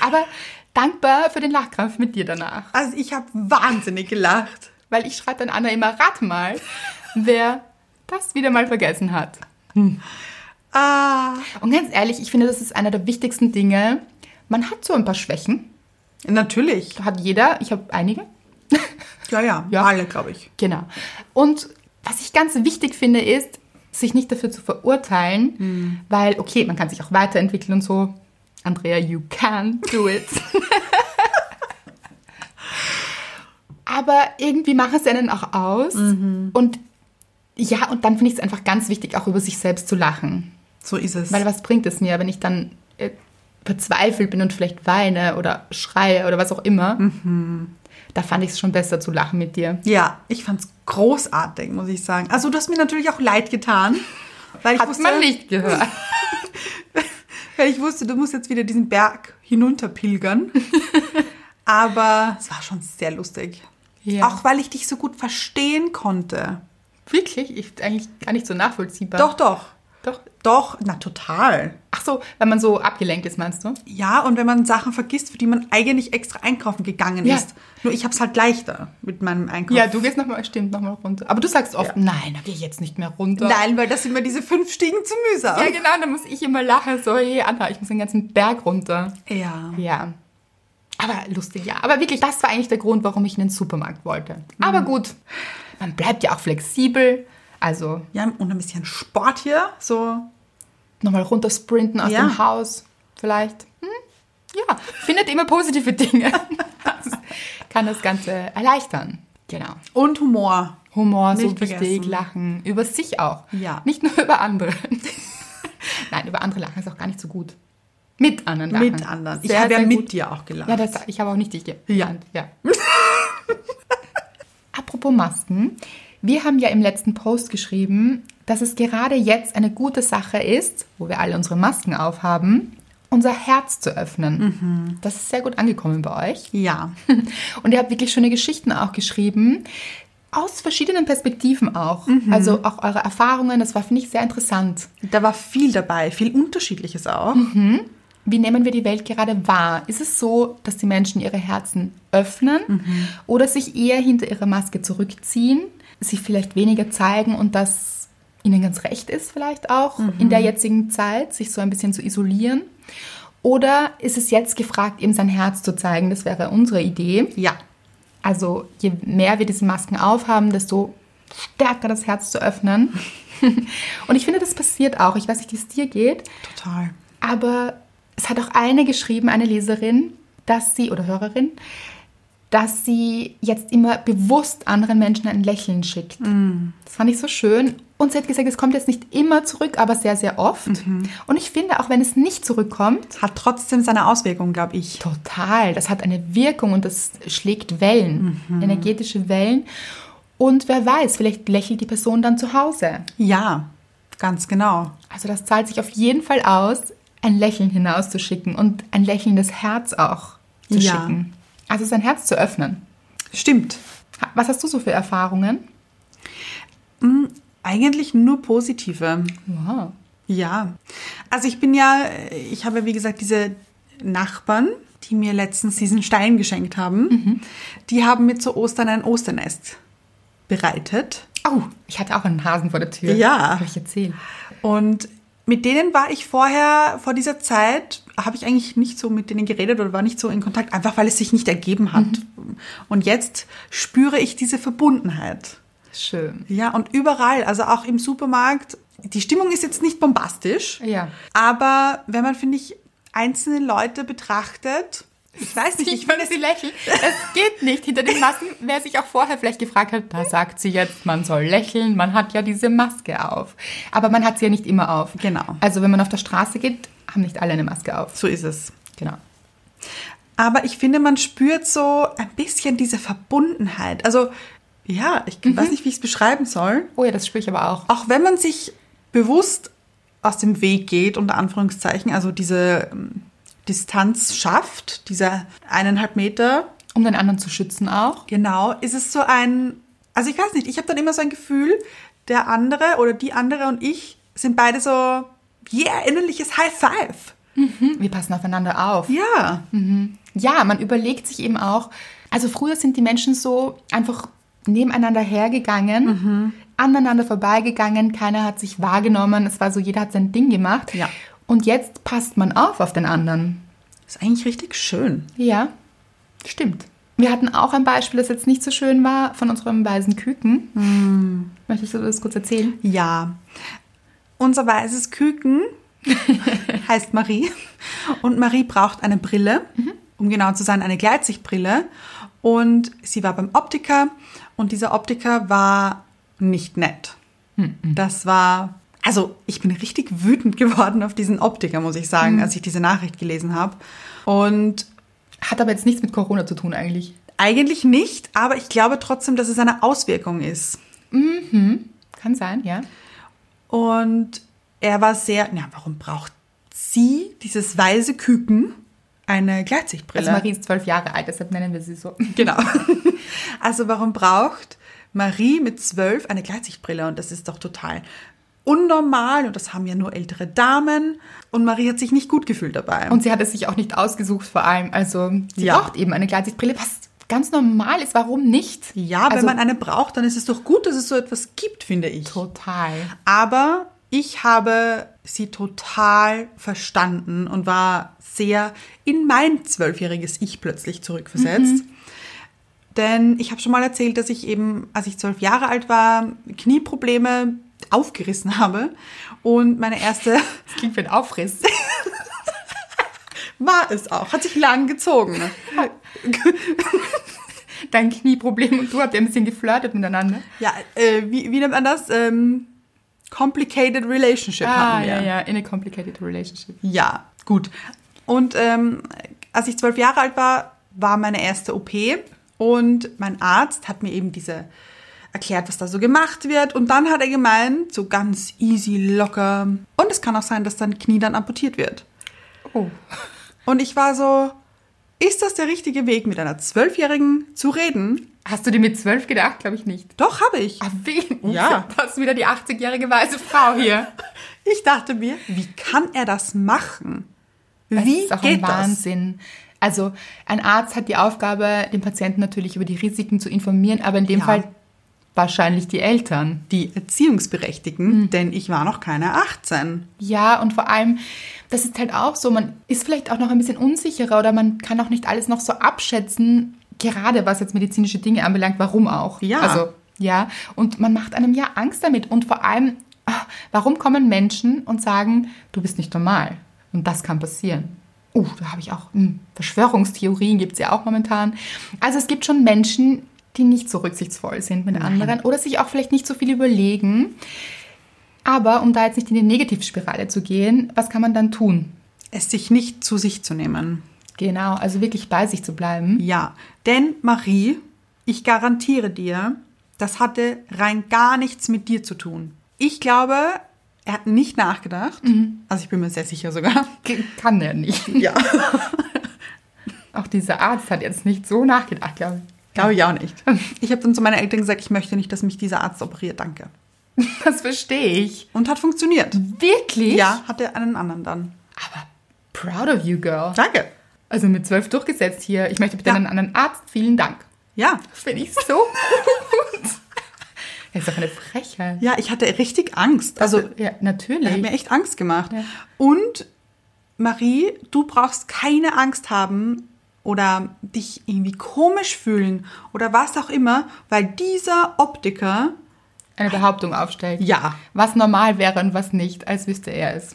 Speaker 1: Aber dankbar für den Lachkrampf mit dir danach.
Speaker 2: Also ich habe wahnsinnig gelacht.
Speaker 1: Weil ich schreibe dann Anna immer, rate mal, wer das wieder mal vergessen hat.
Speaker 2: Ah.
Speaker 1: Und ganz ehrlich, ich finde, das ist einer der wichtigsten Dinge. Man hat so ein paar Schwächen.
Speaker 2: Natürlich.
Speaker 1: Hat jeder. Ich habe einige.
Speaker 2: Ja, ja.
Speaker 1: Ja.
Speaker 2: Alle, glaube ich.
Speaker 1: Genau. Und was ich ganz wichtig finde, ist, sich nicht dafür zu verurteilen, weil, okay, man kann sich auch weiterentwickeln und so. Andrea, you can do it. Aber irgendwie machen sie einen auch aus. Und ja, und dann finde ich es einfach ganz wichtig, auch über sich selbst zu lachen.
Speaker 2: So ist es.
Speaker 1: Weil was bringt es mir, wenn ich dann äh, verzweifelt bin und vielleicht weine oder schreie oder was auch immer? Da fand ich es schon besser zu lachen mit dir.
Speaker 2: ja, ich fand's großartig, muss ich sagen. Also du hast mir natürlich auch leid getan. Weil ich,
Speaker 1: Hat
Speaker 2: wusste,
Speaker 1: man nicht gehört. *laughs*
Speaker 2: weil ich wusste, du musst jetzt wieder diesen Berg
Speaker 1: *laughs*
Speaker 2: hinunterpilgern. Aber es war schon sehr lustig.
Speaker 1: Ja.
Speaker 2: Auch weil ich dich so gut verstehen konnte.
Speaker 1: Wirklich? Ich, eigentlich gar nicht so nachvollziehbar.
Speaker 2: Doch, doch.
Speaker 1: Doch.
Speaker 2: Doch, na total.
Speaker 1: Ach so, wenn man so abgelenkt ist, meinst du?
Speaker 2: Ja, und wenn man Sachen vergisst, für die man eigentlich extra einkaufen gegangen
Speaker 1: Ja.
Speaker 2: ist. Nur ich hab's halt leichter mit meinem Einkauf.
Speaker 1: Ja, du gehst nochmal, stimmt, nochmal runter. Aber du sagst oft, nein, da gehe ich jetzt nicht mehr runter.
Speaker 2: Nein, weil das sind immer diese fünf Stiegen zu mühsam.
Speaker 1: Ja, genau, da muss ich immer lachen. So, hey, Anna, ich muss den ganzen Berg runter.
Speaker 2: Ja.
Speaker 1: Ja. Aber lustig, ja. Aber wirklich, das war eigentlich der Grund, warum ich in den Supermarkt wollte. Aber gut, man bleibt ja auch flexibel. Also
Speaker 2: Ja, und ein bisschen Sport hier. So,
Speaker 1: nochmal runter sprinten aus
Speaker 2: Ja.
Speaker 1: dem Haus, vielleicht. Hm? Ja, findet immer positive
Speaker 2: *laughs*
Speaker 1: Dinge. Das kann das Ganze erleichtern. Genau.
Speaker 2: und Humor.
Speaker 1: Humor, so
Speaker 2: Nicht
Speaker 1: wichtig,
Speaker 2: vergessen.
Speaker 1: lachen. Über sich auch.
Speaker 2: Ja.
Speaker 1: *laughs* Nicht nur über andere. Nein, über andere lachen ist auch gar nicht so gut. Mit anderen lachen.
Speaker 2: Mit anderen. Ich
Speaker 1: Sehr,
Speaker 2: habe ja
Speaker 1: sehr
Speaker 2: mit
Speaker 1: gut.
Speaker 2: dir auch gelacht.
Speaker 1: Ja, das, ich habe auch nicht dich gekannt.
Speaker 2: Ja.
Speaker 1: ja. *laughs* Apropos Masken. Wir haben ja im letzten Post geschrieben, dass es gerade jetzt eine gute Sache ist, wo wir alle unsere Masken aufhaben, unser Herz zu öffnen. Das ist sehr gut angekommen bei euch. *laughs*
Speaker 2: ja.
Speaker 1: Und ihr habt wirklich schöne Geschichten auch geschrieben. Aus verschiedenen Perspektiven auch. Also auch eure Erfahrungen, das war, finde ich, sehr interessant.
Speaker 2: Da war viel dabei, viel Unterschiedliches auch.
Speaker 1: Mhm. Wie nehmen wir die Welt gerade wahr? Ist es so, dass die Menschen ihre Herzen öffnen oder sich eher hinter ihre Maske zurückziehen, sich vielleicht weniger zeigen und das ihnen ganz recht ist vielleicht auch in der jetzigen Zeit, sich so ein bisschen zu isolieren? Oder ist es jetzt gefragt, eben sein Herz zu zeigen? Das wäre unsere Idee.
Speaker 2: Ja.
Speaker 1: Also je mehr wir diese Masken aufhaben, desto stärker das Herz zu öffnen. *laughs* Und ich finde, das passiert auch. Ich weiß nicht, wie es dir geht.
Speaker 2: Total.
Speaker 1: Aber es hat auch eine geschrieben, eine Leserin, dass sie, oder Hörerin, dass sie jetzt immer bewusst anderen Menschen ein Lächeln schickt. Das fand ich so schön. Und sie hat gesagt, es kommt jetzt nicht immer zurück, aber sehr, sehr oft. Und ich finde, auch wenn es nicht zurückkommt,
Speaker 2: Hat trotzdem seine Auswirkung, glaube ich.
Speaker 1: total, das hat eine Wirkung und das schlägt Wellen, energetische Wellen. Und wer weiß, vielleicht lächelt die Person dann zu Hause.
Speaker 2: Ja, ganz genau.
Speaker 1: Also das zahlt sich auf jeden Fall aus, ein Lächeln hinauszuschicken und ein lächelndes Herz auch zu
Speaker 2: Ja.
Speaker 1: schicken. Also sein Herz zu öffnen.
Speaker 2: Stimmt.
Speaker 1: Ha- Was hast du so für Erfahrungen?
Speaker 2: Eigentlich nur positive.
Speaker 1: Wow.
Speaker 2: Ja. Also ich bin ja, ich habe wie gesagt diese Nachbarn, die mir letztens diesen Stein geschenkt haben.
Speaker 1: Mhm.
Speaker 2: Die haben mir zu Ostern ein Osternest bereitet.
Speaker 1: Oh, ich hatte auch einen Hasen vor der Tür.
Speaker 2: Ja.
Speaker 1: Habe ich erzählt.
Speaker 2: Und mit denen war ich vorher, vor dieser Zeit, habe ich eigentlich nicht so mit denen geredet oder war nicht so in Kontakt, einfach weil es sich nicht ergeben hat. Und jetzt spüre ich diese Verbundenheit.
Speaker 1: Schön.
Speaker 2: Ja, und überall, also auch im Supermarkt. Die Stimmung ist jetzt nicht bombastisch.
Speaker 1: Ja.
Speaker 2: Aber wenn man, finde ich, einzelne Leute betrachtet, ich weiß nicht, ich
Speaker 1: Ich
Speaker 2: finde
Speaker 1: würde sie lächeln. Es geht nicht. Hinter den Masken, wer sich auch vorher vielleicht gefragt hat, da sagt sie jetzt, man soll lächeln, man hat ja diese Maske auf. Aber man hat sie ja nicht immer auf.
Speaker 2: Genau.
Speaker 1: Also wenn man auf der Straße geht, haben nicht alle eine Maske auf.
Speaker 2: es, so ist es.
Speaker 1: Genau.
Speaker 2: Aber ich finde, man spürt so ein bisschen diese Verbundenheit. Also, ja, ich weiß nicht, wie ich es beschreiben soll.
Speaker 1: Oh ja, das spüre ich aber auch.
Speaker 2: Auch wenn man sich bewusst aus dem Weg geht, unter Anführungszeichen, also diese ähm, Distanz schafft, diese eineinhalb Meter,
Speaker 1: Um den anderen zu schützen auch.
Speaker 2: Genau, ist es so ein, also ich weiß nicht, ich habe dann immer so ein Gefühl, der andere oder die andere und ich sind beide so, yeah, innerliches High Five.
Speaker 1: Wir passen aufeinander auf.
Speaker 2: Ja,
Speaker 1: Ja, man überlegt sich eben auch, also früher sind die Menschen so einfach nebeneinander hergegangen, aneinander vorbeigegangen, keiner hat sich wahrgenommen, es war so, jeder hat sein Ding gemacht.
Speaker 2: Ja.
Speaker 1: Und jetzt passt man auf auf den anderen.
Speaker 2: ist eigentlich richtig schön.
Speaker 1: Ja, stimmt. Wir hatten auch ein Beispiel, das jetzt nicht so schön war, von unserem weißen Küken. Möchtest du das kurz erzählen?
Speaker 2: Ja, unser weißes Küken heißt Marie und Marie braucht eine Brille, um genau zu sein, eine Gleitsichtbrille. Und sie war beim Optiker und dieser Optiker war nicht nett. Das war, also ich bin richtig wütend geworden auf diesen Optiker, muss ich sagen, als ich diese Nachricht gelesen habe. Und
Speaker 1: Hat aber jetzt nichts mit Corona zu tun eigentlich.
Speaker 2: eigentlich nicht, aber ich glaube trotzdem, dass es eine Auswirkung ist.
Speaker 1: Kann sein, ja. Also
Speaker 2: Und er war sehr, na, warum braucht sie, dieses weise Küken, eine Gleitsichtbrille?
Speaker 1: Also Marie ist zwölf Jahre alt, deshalb nennen wir sie so.
Speaker 2: Genau. *laughs* Also warum braucht Marie mit zwölf eine Gleitsichtbrille? Und das ist doch total unnormal und das haben ja nur ältere Damen. Und Marie hat sich nicht gut gefühlt dabei.
Speaker 1: Und sie hat es sich auch nicht ausgesucht, vor allem. Also, sie
Speaker 2: Ja.
Speaker 1: braucht eben eine Gleitsichtbrille, was ganz normal ist. Warum nicht?
Speaker 2: ja,
Speaker 1: also,
Speaker 2: wenn man eine braucht, dann ist es doch gut, dass es so etwas gibt, finde ich.
Speaker 1: Total.
Speaker 2: Aber ich habe sie total verstanden und war sehr in mein zwölfjähriges Ich plötzlich zurückversetzt. Denn ich habe schon mal erzählt, dass ich eben, als ich zwölf Jahre alt war, Knieprobleme aufgerissen habe. Und meine erste *laughs*
Speaker 1: Das klingt wie ein Aufriss. *laughs*
Speaker 2: war es auch, hat sich lang gezogen.
Speaker 1: Dein Knieproblem und du habt ja ein bisschen geflirtet miteinander.
Speaker 2: Ja, äh, wie, wie nennt man das? Ähm,
Speaker 1: Ah,
Speaker 2: complicated Relationship haben wir.
Speaker 1: ja, in a complicated relationship.
Speaker 2: Ja, gut. Und ähm, als ich zwölf Jahre alt war, war meine erste OP und mein Arzt hat mir eben diese erklärt, was da so gemacht wird. Und dann hat er gemeint, so ganz easy, locker. Und es kann auch sein, dass dein Knie dann amputiert wird.
Speaker 1: Oh.
Speaker 2: Und ich war so, ist das der richtige Weg, mit einer Zwölfjährigen zu reden?
Speaker 1: Hast du dir mit zwölf gedacht? Glaube ich nicht.
Speaker 2: Doch, habe ich.
Speaker 1: Ah, wen?
Speaker 2: Ja.
Speaker 1: *laughs* Das ist wieder die 80-jährige weiße Frau hier.
Speaker 2: Ich dachte mir, wie kann er das machen? Wie
Speaker 1: das ist auch
Speaker 2: geht
Speaker 1: ein
Speaker 2: das?
Speaker 1: Wahnsinn. Also ein Arzt hat die Aufgabe, den Patienten natürlich über die Risiken zu informieren, aber in dem
Speaker 2: Ja.
Speaker 1: Fall wahrscheinlich die Eltern.
Speaker 2: Die Erziehungsberechtigten,
Speaker 1: Hm.
Speaker 2: denn ich war noch keine 18.
Speaker 1: Ja, und vor allem, das ist halt auch so, man ist vielleicht auch noch ein bisschen unsicherer oder man kann auch nicht alles noch so abschätzen, gerade was jetzt medizinische Dinge anbelangt, warum auch.
Speaker 2: Ja.
Speaker 1: Also, ja, und man macht einem ja Angst damit und vor allem, ah, warum kommen Menschen und sagen, du bist nicht normal und das kann passieren. Uh, da habe ich auch, hm, Verschwörungstheorien gibt es ja auch momentan. Also es gibt schon Menschen, die nicht so rücksichtsvoll sind mit anderen oder sich auch vielleicht nicht so viel überlegen. Aber um da jetzt nicht in die Negativspirale zu gehen, was kann man dann tun?
Speaker 2: Es sich nicht zu sich zu nehmen.
Speaker 1: Genau, also wirklich bei sich zu bleiben.
Speaker 2: Ja, denn Marie, ich garantiere dir, das hatte rein gar nichts mit dir zu tun. Ich glaube, er hat nicht nachgedacht. Also ich bin mir sehr sicher sogar.
Speaker 1: Ge- Kann er nicht.
Speaker 2: Ja.
Speaker 1: *laughs* Auch dieser Arzt hat jetzt nicht so nachgedacht, glaube ich.
Speaker 2: Glaube ich auch nicht. Ich habe dann zu meinen Eltern gesagt, ich möchte nicht, dass mich dieser Arzt operiert, danke.
Speaker 1: Das verstehe ich.
Speaker 2: Und hat funktioniert.
Speaker 1: Wirklich?
Speaker 2: Ja, hatte einen anderen dann.
Speaker 1: Proud of you, girl.
Speaker 2: Danke.
Speaker 1: Also mit zwölf durchgesetzt hier. Ich möchte bitte
Speaker 2: Ja.
Speaker 1: einen anderen Arzt. Vielen Dank.
Speaker 2: Ja.
Speaker 1: Finde ich so gut. Das ist doch eine Frechheit.
Speaker 2: Ja, ich hatte richtig Angst. Also,
Speaker 1: ja,
Speaker 2: er hat
Speaker 1: natürlich.
Speaker 2: mir echt Angst gemacht. Und Marie, du brauchst keine Angst haben oder dich irgendwie komisch fühlen oder was auch immer, weil dieser Optiker,
Speaker 1: eine Behauptung aufstellt.
Speaker 2: Ja.
Speaker 1: Was normal wäre und was nicht, als wüsste er es.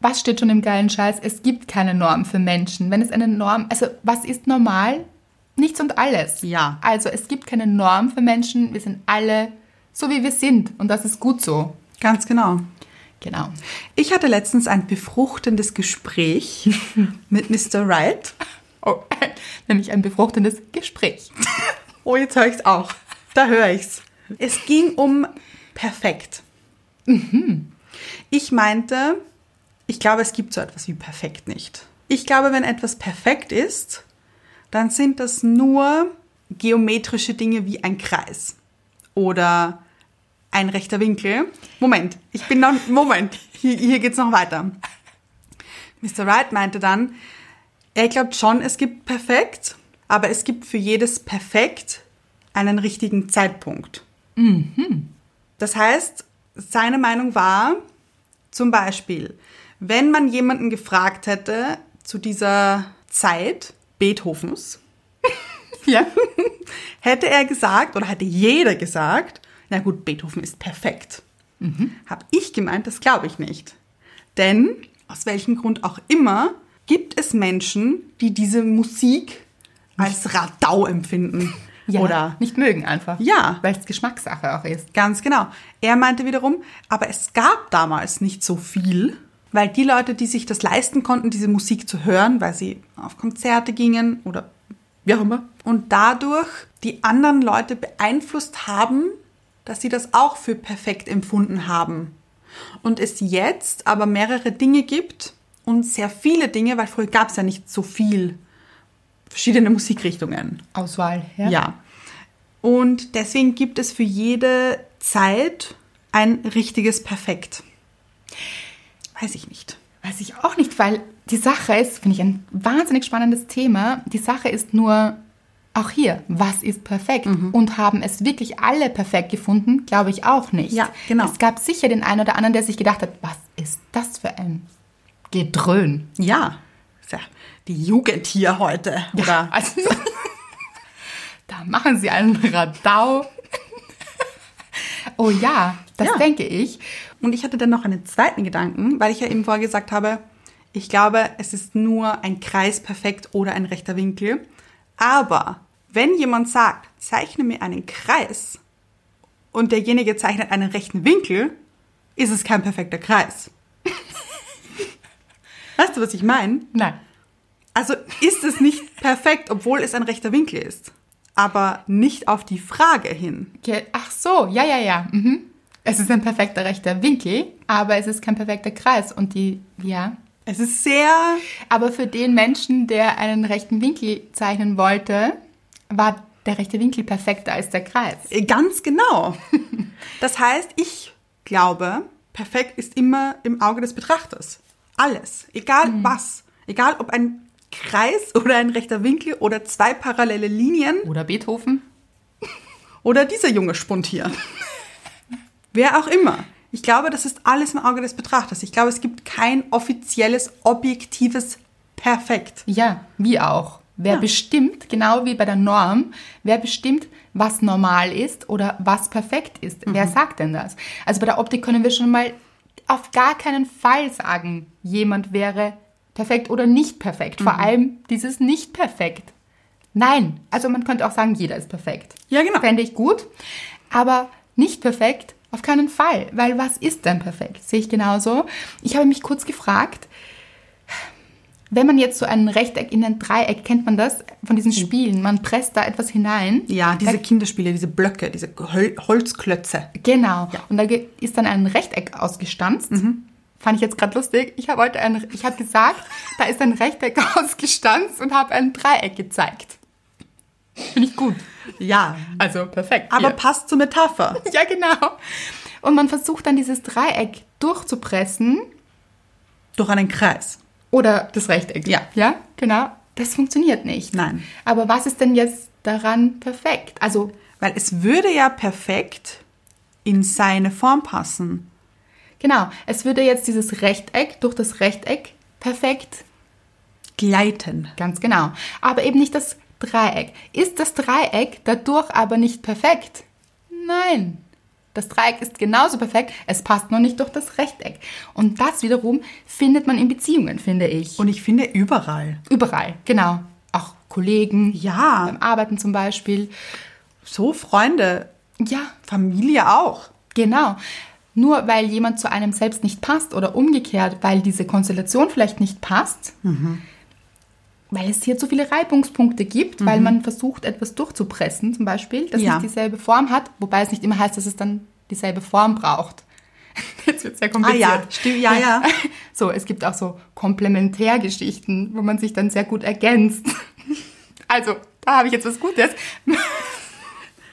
Speaker 1: Was steht schon im geilen Scheiß? Es gibt keine Norm für Menschen. Wenn es eine Norm, also was ist normal? Nichts und alles.
Speaker 2: Ja.
Speaker 1: Also es gibt keine Norm für Menschen. Wir sind alle so, wie wir sind. Und das ist gut so.
Speaker 2: ganz genau.
Speaker 1: Genau.
Speaker 2: Ich hatte letztens ein befruchtendes Gespräch mit Mr. Wright.
Speaker 1: Oh, *laughs* nämlich ein befruchtendes Gespräch.
Speaker 2: *laughs* Oh, jetzt höre ich es auch. Da höre ich's. Es ging um perfekt. Ich meinte, ich glaube, es gibt so etwas wie perfekt nicht. Ich glaube, wenn etwas perfekt ist, dann sind das nur geometrische Dinge wie ein Kreis oder ein rechter Winkel. Moment, ich bin noch. Moment, hier, hier geht's noch weiter. Mr. Wright meinte dann, er glaubt schon, es gibt perfekt, aber es gibt für jedes perfekt einen richtigen Zeitpunkt. Das heißt, seine Meinung war zum Beispiel, wenn man jemanden gefragt hätte zu dieser Zeit Beethovens,
Speaker 1: Ja.
Speaker 2: hätte er gesagt oder hätte jeder gesagt, na gut, Beethoven ist perfekt. Habe ich gemeint, das glaube ich nicht. Denn, aus welchem Grund auch immer, gibt es Menschen, die diese Musik als Radau empfinden.
Speaker 1: ja.
Speaker 2: Oder
Speaker 1: Nicht mögen einfach.
Speaker 2: Ja.
Speaker 1: Weil es Geschmackssache auch ist.
Speaker 2: ganz genau. Er meinte wiederum, aber es gab damals nicht so viel, weil die Leute, die sich das leisten konnten, diese Musik zu hören, weil sie auf Konzerte gingen oder wie auch immer, und dadurch die anderen Leute beeinflusst haben, dass sie das auch für perfekt empfunden haben. Und es jetzt aber mehrere Dinge gibt und sehr viele Dinge, weil früher gab es ja nicht so viel verschiedene Musikrichtungen.
Speaker 1: Auswahl.
Speaker 2: Ja. Und deswegen gibt es für jede Zeit ein richtiges Perfekt. Weiß ich nicht.
Speaker 1: Weiß ich auch nicht, weil die Sache ist, finde ich ein wahnsinnig spannendes Thema. Die Sache ist nur, auch hier, was ist perfekt?
Speaker 2: Mhm.
Speaker 1: Und haben es wirklich alle perfekt gefunden? Glaube ich auch nicht.
Speaker 2: Ja, genau.
Speaker 1: Es gab sicher den einen oder anderen, der sich gedacht hat, was ist das für ein Gedröhn?
Speaker 2: Ja. Tja, Die Jugend hier heute. Oder
Speaker 1: Also, *laughs* da machen sie einen Radau. *laughs* oh ja, das
Speaker 2: Ja.
Speaker 1: denke ich.
Speaker 2: Und ich hatte dann noch einen zweiten Gedanken, weil ich ja eben vorher gesagt habe, ich glaube, es ist nur ein Kreis perfekt oder ein rechter Winkel. Aber wenn jemand sagt, zeichne mir einen Kreis und derjenige zeichnet einen rechten Winkel, ist es kein perfekter Kreis. weißt du, was ich meine?
Speaker 1: Nein.
Speaker 2: Also ist es nicht perfekt, obwohl es ein rechter Winkel ist. Aber nicht auf die Frage hin.
Speaker 1: Ge- Ach so, ja, ja, ja. Mhm. Es ist ein perfekter rechter Winkel, aber es ist kein perfekter Kreis. Und die, ja.
Speaker 2: Es ist sehr.
Speaker 1: Aber für den Menschen, der einen rechten Winkel zeichnen wollte, war der rechte Winkel perfekter als der Kreis.
Speaker 2: Ganz genau. Das heißt, ich glaube, perfekt ist immer im Auge des Betrachters. Alles. Egal was. Egal ob ein Kreis *laughs* oder ein rechter Winkel oder zwei parallele Linien
Speaker 1: Oder Beethoven.
Speaker 2: oder dieser junge Spund hier. Wer auch immer. Ich glaube, das ist alles im Auge des Betrachters. Ich glaube, es gibt kein offizielles, objektives Perfekt.
Speaker 1: Ja, wie auch. Wer
Speaker 2: Ja.
Speaker 1: bestimmt, genau wie bei der Norm, wer bestimmt, was normal ist oder was perfekt ist?
Speaker 2: Mhm.
Speaker 1: Wer sagt denn das? Also bei der Optik können wir schon mal auf gar keinen Fall sagen, jemand wäre perfekt oder nicht perfekt.
Speaker 2: Mhm.
Speaker 1: Vor allem dieses nicht perfekt. Nein, also man könnte auch sagen, jeder ist perfekt.
Speaker 2: Ja, genau.
Speaker 1: Fände ich gut. Aber nicht perfekt, auf keinen Fall. Weil was ist denn perfekt? Sehe ich genauso. Ich habe mich kurz gefragt, wenn man jetzt so ein Rechteck in ein Dreieck, kennt man das von diesen Spielen, man presst da etwas hinein.
Speaker 2: Hm. Ja, diese
Speaker 1: Da,
Speaker 2: Kinderspiele, diese Blöcke, diese Hol Holzklötze.
Speaker 1: genau. Und da ge- ist dann ein Rechteck ausgestanzt.
Speaker 2: Mhm.
Speaker 1: Fand ich jetzt gerade lustig. Ich habe heute ein, ich habe gesagt, da ist ein Rechteck *laughs* ausgestanzt und habe ein Dreieck gezeigt. Finde ich gut.
Speaker 2: Ja,
Speaker 1: Also perfekt.
Speaker 2: aber
Speaker 1: Hier.
Speaker 2: passt zur Metapher.
Speaker 1: *laughs* Ja, genau. Und man versucht dann dieses Dreieck durchzupressen
Speaker 2: Durch einen Kreis.
Speaker 1: oder das Rechteck.
Speaker 2: Ja.
Speaker 1: Ja, genau. Das funktioniert nicht.
Speaker 2: Nein.
Speaker 1: Aber was ist denn jetzt daran perfekt? Also,
Speaker 2: Weil es würde ja perfekt in seine Form passen.
Speaker 1: genau, es würde jetzt dieses Rechteck durch das Rechteck perfekt.
Speaker 2: Gleiten.
Speaker 1: Ganz genau. Aber eben nicht das Dreieck. Ist das Dreieck dadurch aber nicht perfekt? Nein. Das Dreieck ist genauso perfekt, es passt nur nicht durch das Rechteck. Und das wiederum findet man in Beziehungen, finde ich.
Speaker 2: Und ich finde überall.
Speaker 1: Überall, genau. Auch Kollegen.
Speaker 2: Ja.
Speaker 1: Beim Arbeiten zum Beispiel.
Speaker 2: So Freunde,
Speaker 1: Ja,
Speaker 2: Familie auch.
Speaker 1: genau. Nur weil jemand zu einem selbst nicht passt oder umgekehrt, weil diese Konstellation vielleicht nicht passt,
Speaker 2: Mhm.
Speaker 1: weil es hier zu viele Reibungspunkte gibt, weil man versucht, etwas durchzupressen zum Beispiel, das
Speaker 2: Mhm. Ja.
Speaker 1: nicht dieselbe Form hat, wobei es nicht immer heißt, dass es dann dieselbe Form braucht. *laughs* Jetzt wird es sehr kompliziert.
Speaker 2: Ah stimmt, ja, ja.
Speaker 1: *laughs* So, es gibt auch so Komplementärgeschichten, wo man sich dann sehr gut ergänzt. Also, da habe ich jetzt was Gutes. *laughs*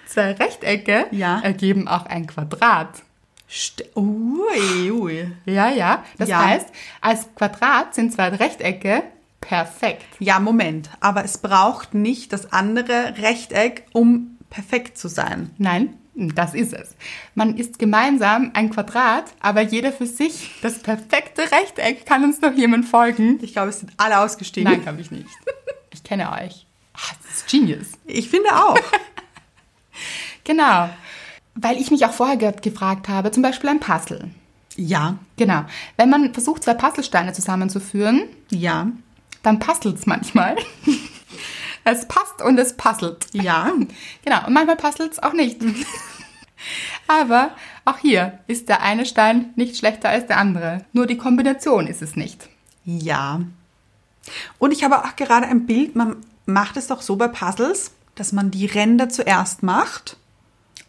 Speaker 1: Zwei Rechtecke
Speaker 2: Ja.
Speaker 1: ergeben auch ein Quadrat.
Speaker 2: St ui, ui.
Speaker 1: Ja, ja. Das
Speaker 2: Ja.
Speaker 1: heißt, als Quadrat sind zwei Rechtecke perfekt.
Speaker 2: Ja, Moment. Aber es braucht nicht das andere Rechteck, um perfekt zu sein.
Speaker 1: Nein, das ist es. Man ist gemeinsam ein Quadrat, aber jeder für sich das perfekte Rechteck. Kann uns noch jemand folgen?
Speaker 2: Ich glaube, es sind alle ausgestiegen.
Speaker 1: Nein, glaube ich nicht. Ich kenne euch. Ah, das ist Genius.
Speaker 2: Ich finde auch. *laughs*
Speaker 1: Genau. Weil ich mich auch vorher ge gefragt habe, zum Beispiel ein Puzzle.
Speaker 2: ja,
Speaker 1: Genau. Wenn man versucht, zwei Puzzlesteine zusammenzuführen,
Speaker 2: ja,
Speaker 1: dann puzzelt es
Speaker 2: *laughs*
Speaker 1: manchmal. es passt und es puzzelt.
Speaker 2: ja.
Speaker 1: Genau. Und manchmal puzzelt es auch nicht. *laughs* Aber auch hier ist der eine Stein nicht schlechter als der andere. Nur die Kombination ist es nicht.
Speaker 2: Ja. Und ich habe auch gerade ein Bild, man macht es doch so bei Puzzles, dass man die Ränder zuerst macht.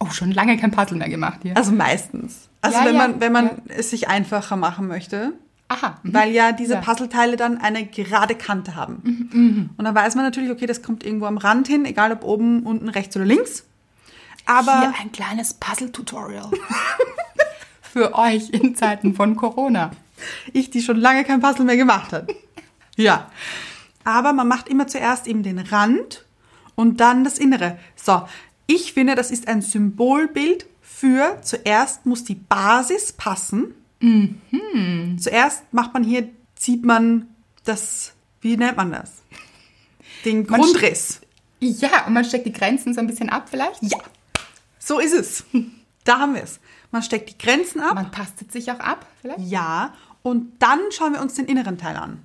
Speaker 1: Oh, schon lange kein Puzzle mehr gemacht hier.
Speaker 2: Also meistens. Also
Speaker 1: Ja,
Speaker 2: wenn
Speaker 1: ja,
Speaker 2: man, wenn man es sich einfacher machen möchte.
Speaker 1: Aha. mhm.
Speaker 2: Weil ja diese
Speaker 1: Ja. Mhm,
Speaker 2: Puzzleteile dann eine gerade Kante haben. Und dann weiß man natürlich, okay, das kommt irgendwo am Rand hin, egal ob oben, unten, rechts oder links. Aber
Speaker 1: Hier ein kleines
Speaker 2: *laughs*
Speaker 1: Puzzle-Tutorial. Für euch in Zeiten von Corona.
Speaker 2: ich, die schon lange kein Puzzle mehr gemacht hat. ja. Aber man macht immer zuerst eben den Rand und dann das Innere. So, ich finde, das ist ein Symbolbild für zuerst muss die Basis passen. Zuerst macht man hier, zieht man das, wie nennt man das? Den
Speaker 1: Man
Speaker 2: Grundriss.
Speaker 1: Ja, und man steckt die Grenzen so ein bisschen ab vielleicht.
Speaker 2: Ja, so ist es. Da haben wir es. Man steckt die Grenzen ab.
Speaker 1: Man tastet sich auch ab vielleicht.
Speaker 2: Ja, und dann schauen wir uns den inneren Teil an.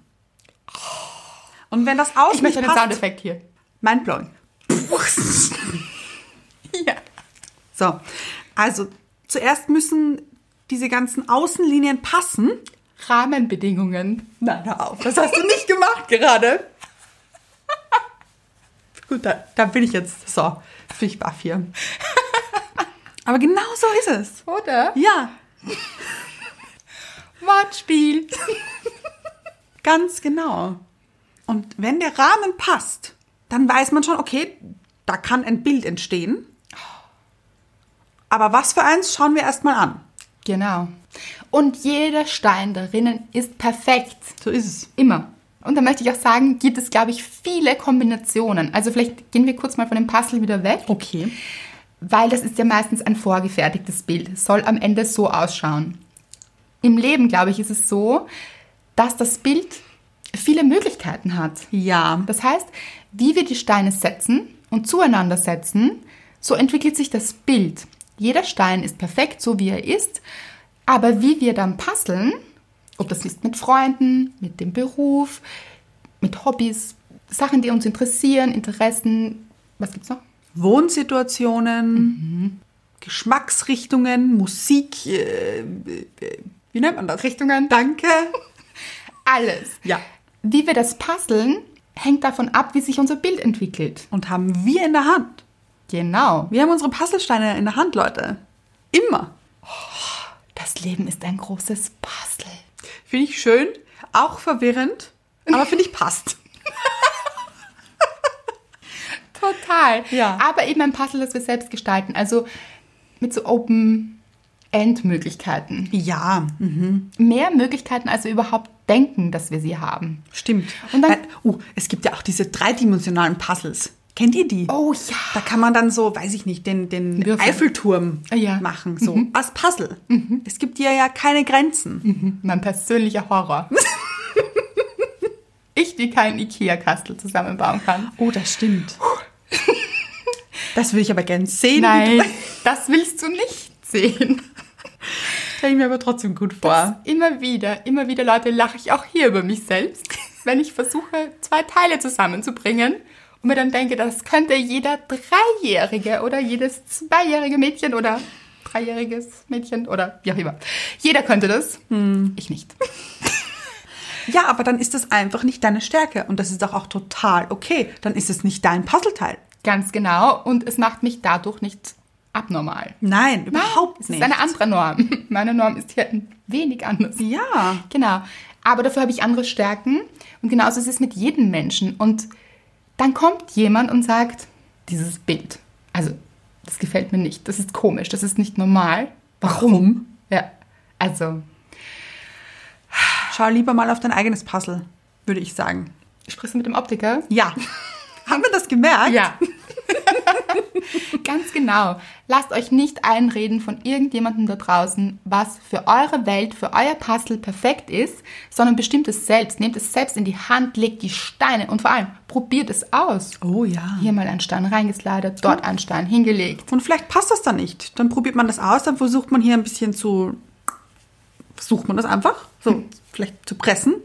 Speaker 2: Und wenn das aus
Speaker 1: Ich möchte einen
Speaker 2: passt,
Speaker 1: Soundeffekt hier.
Speaker 2: mindblowing.
Speaker 1: Ja.
Speaker 2: So, also zuerst müssen diese ganzen Außenlinien passen.
Speaker 1: Rahmenbedingungen.
Speaker 2: Nein, hör auf. Das hast du nicht gemacht gerade. Gut, da, da bin ich jetzt. So, jetzt bin ich baff
Speaker 1: *laughs*
Speaker 2: hier. Aber genau so ist es.
Speaker 1: Oder?
Speaker 2: Ja,
Speaker 1: Wortspiel.
Speaker 2: Ganz genau. Und wenn der Rahmen passt, dann weiß man schon, okay, da kann ein Bild entstehen. Aber was für eins schauen wir erstmal an.
Speaker 1: Genau. Und jeder Stein darinnen ist perfekt.
Speaker 2: So ist es.
Speaker 1: Immer. Und da möchte ich auch sagen, gibt es, glaube ich, viele Kombinationen. Also vielleicht gehen wir kurz mal von dem Puzzle wieder weg,
Speaker 2: Okay.
Speaker 1: weil das ist ja meistens ein vorgefertigtes Bild. Es soll am Ende so ausschauen. Im Leben, glaube ich, ist es so, dass das Bild viele Möglichkeiten hat.
Speaker 2: Ja.
Speaker 1: Das heißt, wie wir die Steine setzen und zueinander setzen, so entwickelt sich das Bild. Jeder Stein ist perfekt, so wie er ist, aber wie wir dann puzzeln, ob das ist mit Freunden, mit dem Beruf, mit Hobbys, Sachen, die uns interessieren, Interessen, was gibt's noch?
Speaker 2: Wohnsituationen, Geschmacksrichtungen, Musik, äh, äh, wie nennt man das?
Speaker 1: Richtungen.
Speaker 2: Danke.
Speaker 1: Alles.
Speaker 2: Ja.
Speaker 1: Wie wir das puzzeln, hängt davon ab, wie sich unser Bild entwickelt.
Speaker 2: Und haben wir in der Hand.
Speaker 1: Genau.
Speaker 2: Wir haben unsere Puzzlesteine in der Hand, Leute. Immer.
Speaker 1: Das Leben ist ein großes Puzzle.
Speaker 2: Finde ich schön, auch verwirrend, aber finde ich passt.
Speaker 1: Total.
Speaker 2: Ja.
Speaker 1: Aber eben ein Puzzle, das wir selbst gestalten. Also mit so Open-End-Möglichkeiten.
Speaker 2: Ja,
Speaker 1: Mehr Möglichkeiten, als wir überhaupt denken, dass wir sie haben.
Speaker 2: Stimmt.
Speaker 1: Und dann-
Speaker 2: Weil, oh, es gibt ja auch diese dreidimensionalen Puzzles. Kennt ihr die?
Speaker 1: Oh ja.
Speaker 2: Da kann man dann so, weiß ich nicht, den, den
Speaker 1: Würfel.
Speaker 2: Eiffelturm
Speaker 1: Ah, ja. Mhm.
Speaker 2: machen. So als Puzzle. Es gibt dir ja keine Grenzen.
Speaker 1: Mein persönlicher Horror. *laughs* ich, die keinen Ikea-Kastel zusammenbauen kann.
Speaker 2: Oh, das stimmt. *laughs* Das würde ich aber gern sehen.
Speaker 1: Nein, das willst du nicht sehen.
Speaker 2: Stelle ich mir aber trotzdem gut
Speaker 1: Das
Speaker 2: vor.
Speaker 1: immer wieder, immer wieder, Leute, lache ich auch hier über mich selbst,
Speaker 2: *laughs*
Speaker 1: wenn ich versuche, zwei Teile zusammenzubringen und mir dann denke, das könnte jeder Dreijährige oder jedes zweijährige Mädchen oder dreijähriges Mädchen oder wie auch immer. Jeder könnte das,
Speaker 2: Hm.
Speaker 1: ich nicht.
Speaker 2: Ja, aber dann ist das einfach nicht deine Stärke. Und das ist doch auch total okay. Dann ist es nicht dein Puzzleteil.
Speaker 1: Ganz genau und es macht mich dadurch nicht abnormal.
Speaker 2: Nein, überhaupt
Speaker 1: es
Speaker 2: nicht.
Speaker 1: ist eine andere Norm. Meine Norm ist hier ein wenig anders.
Speaker 2: ja.
Speaker 1: Genau. Aber dafür habe ich andere Stärken. Und genauso ist es mit jedem Menschen. Und dann kommt jemand und sagt, dieses Bild, also das gefällt mir nicht, das ist komisch, das ist nicht normal. Warum? Ja, also
Speaker 2: Schau lieber mal auf dein eigenes Puzzle, würde ich sagen.
Speaker 1: sprichst du mit dem Optiker? *laughs*
Speaker 2: Ja. Haben wir das gemerkt?
Speaker 1: Ja. *laughs* Ganz genau. Lasst euch nicht einreden von irgendjemandem da draußen, was für eure Welt, für euer Puzzle perfekt ist, sondern bestimmt es selbst. Nehmt es selbst in die Hand, legt die Steine und vor allem probiert es aus.
Speaker 2: Oh ja.
Speaker 1: Hier mal einen Stein reingeslidet, dort einen Stein hingelegt.
Speaker 2: Und vielleicht passt das dann nicht. Dann probiert man das aus, dann versucht man hier ein bisschen zu. Versucht man das einfach, so
Speaker 1: Hm.
Speaker 2: vielleicht zu pressen.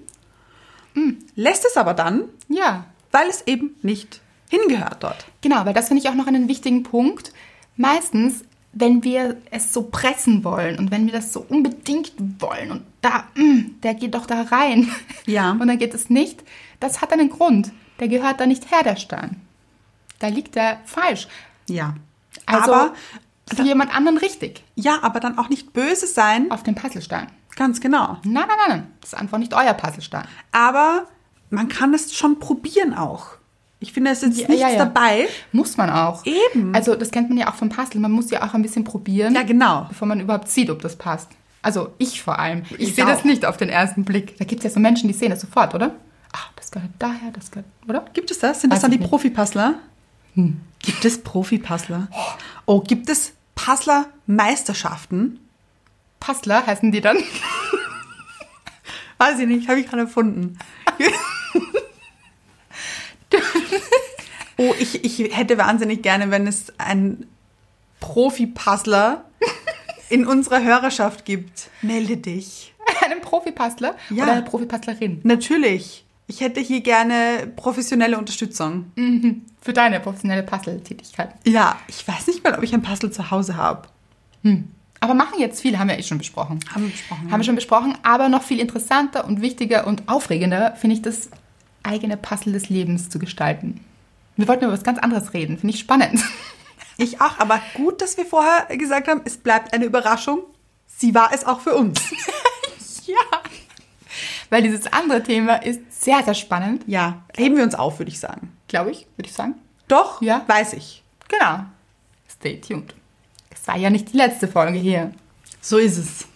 Speaker 2: Lässt es aber dann,
Speaker 1: Ja,
Speaker 2: weil es eben nicht hingehört dort.
Speaker 1: genau, weil das finde ich auch noch einen wichtigen Punkt. Meistens, wenn wir es so pressen wollen und wenn wir das so unbedingt wollen und da, mm, der geht doch da rein. *laughs*
Speaker 2: Ja.
Speaker 1: Und dann geht es nicht. Das hat einen Grund. Der gehört da nicht her, der Stein. Da liegt er falsch.
Speaker 2: Ja.
Speaker 1: Also
Speaker 2: aber,
Speaker 1: für jemand anderen richtig
Speaker 2: ja, aber dann auch nicht böse sein.
Speaker 1: auf dem Puzzlestein.
Speaker 2: Ganz genau.
Speaker 1: Nein, nein, nein, nein. Das ist einfach nicht euer Puzzlestein.
Speaker 2: Aber man kann es schon probieren auch. Ich finde, es ist
Speaker 1: Ja,
Speaker 2: nichts
Speaker 1: ja, ja.
Speaker 2: dabei.
Speaker 1: Muss man auch.
Speaker 2: Eben.
Speaker 1: Also das kennt man ja auch vom Puzzle. Man muss ja auch ein bisschen probieren.
Speaker 2: Ja, genau.
Speaker 1: Bevor man überhaupt sieht, ob das passt. Also ich vor allem. Ich,
Speaker 2: Ich
Speaker 1: sehe das
Speaker 2: auch.
Speaker 1: nicht auf den ersten Blick. Da gibt es ja so Menschen, die sehen das sofort, oder? Ah, das gehört daher, das gehört, oder?
Speaker 2: Gibt es das? Sind das
Speaker 1: Weiß
Speaker 2: dann
Speaker 1: ich
Speaker 2: die
Speaker 1: nicht.
Speaker 2: Profi-Puzzler? Gibt es Profi-Puzzler? Hm. Oh, gibt es Puzzler-Meisterschaften?
Speaker 1: Puzzler heißen die dann. *laughs*
Speaker 2: Weiß ich nicht, habe ich gerade *laughs* erfunden. oh, ich, ich hätte wahnsinnig gerne, wenn es einen Profi-Puzzler in unserer Hörerschaft gibt. Melde dich.
Speaker 1: Einen Profi-Puzzler
Speaker 2: Ja.
Speaker 1: oder eine Profi-Puzzlerin.
Speaker 2: Natürlich. Ich hätte hier gerne professionelle Unterstützung.
Speaker 1: Für deine professionelle Puzzle-Tätigkeit.
Speaker 2: Ja, ich weiß nicht mal, ob ich ein Puzzle zu Hause habe.
Speaker 1: Aber machen jetzt viele, haben wir eh schon besprochen.
Speaker 2: Haben wir besprochen.
Speaker 1: Haben wir schon besprochen, aber noch viel interessanter und wichtiger und aufregender finde ich das eigene Puzzle des Lebens zu gestalten. Wir wollten über was ganz anderes reden. Finde ich spannend.
Speaker 2: Ich auch, aber gut, dass wir vorher gesagt haben, es bleibt eine Überraschung. Sie war es auch für uns.
Speaker 1: ja. Weil dieses andere Thema ist sehr, sehr spannend.
Speaker 2: *laughs* Ja, heben wir uns auf, würde ich sagen.
Speaker 1: Glaube ich, würde ich sagen.
Speaker 2: Doch,
Speaker 1: Ja.
Speaker 2: weiß ich.
Speaker 1: Genau. Stay tuned. Es war ja nicht die letzte Folge hier.
Speaker 2: So ist es.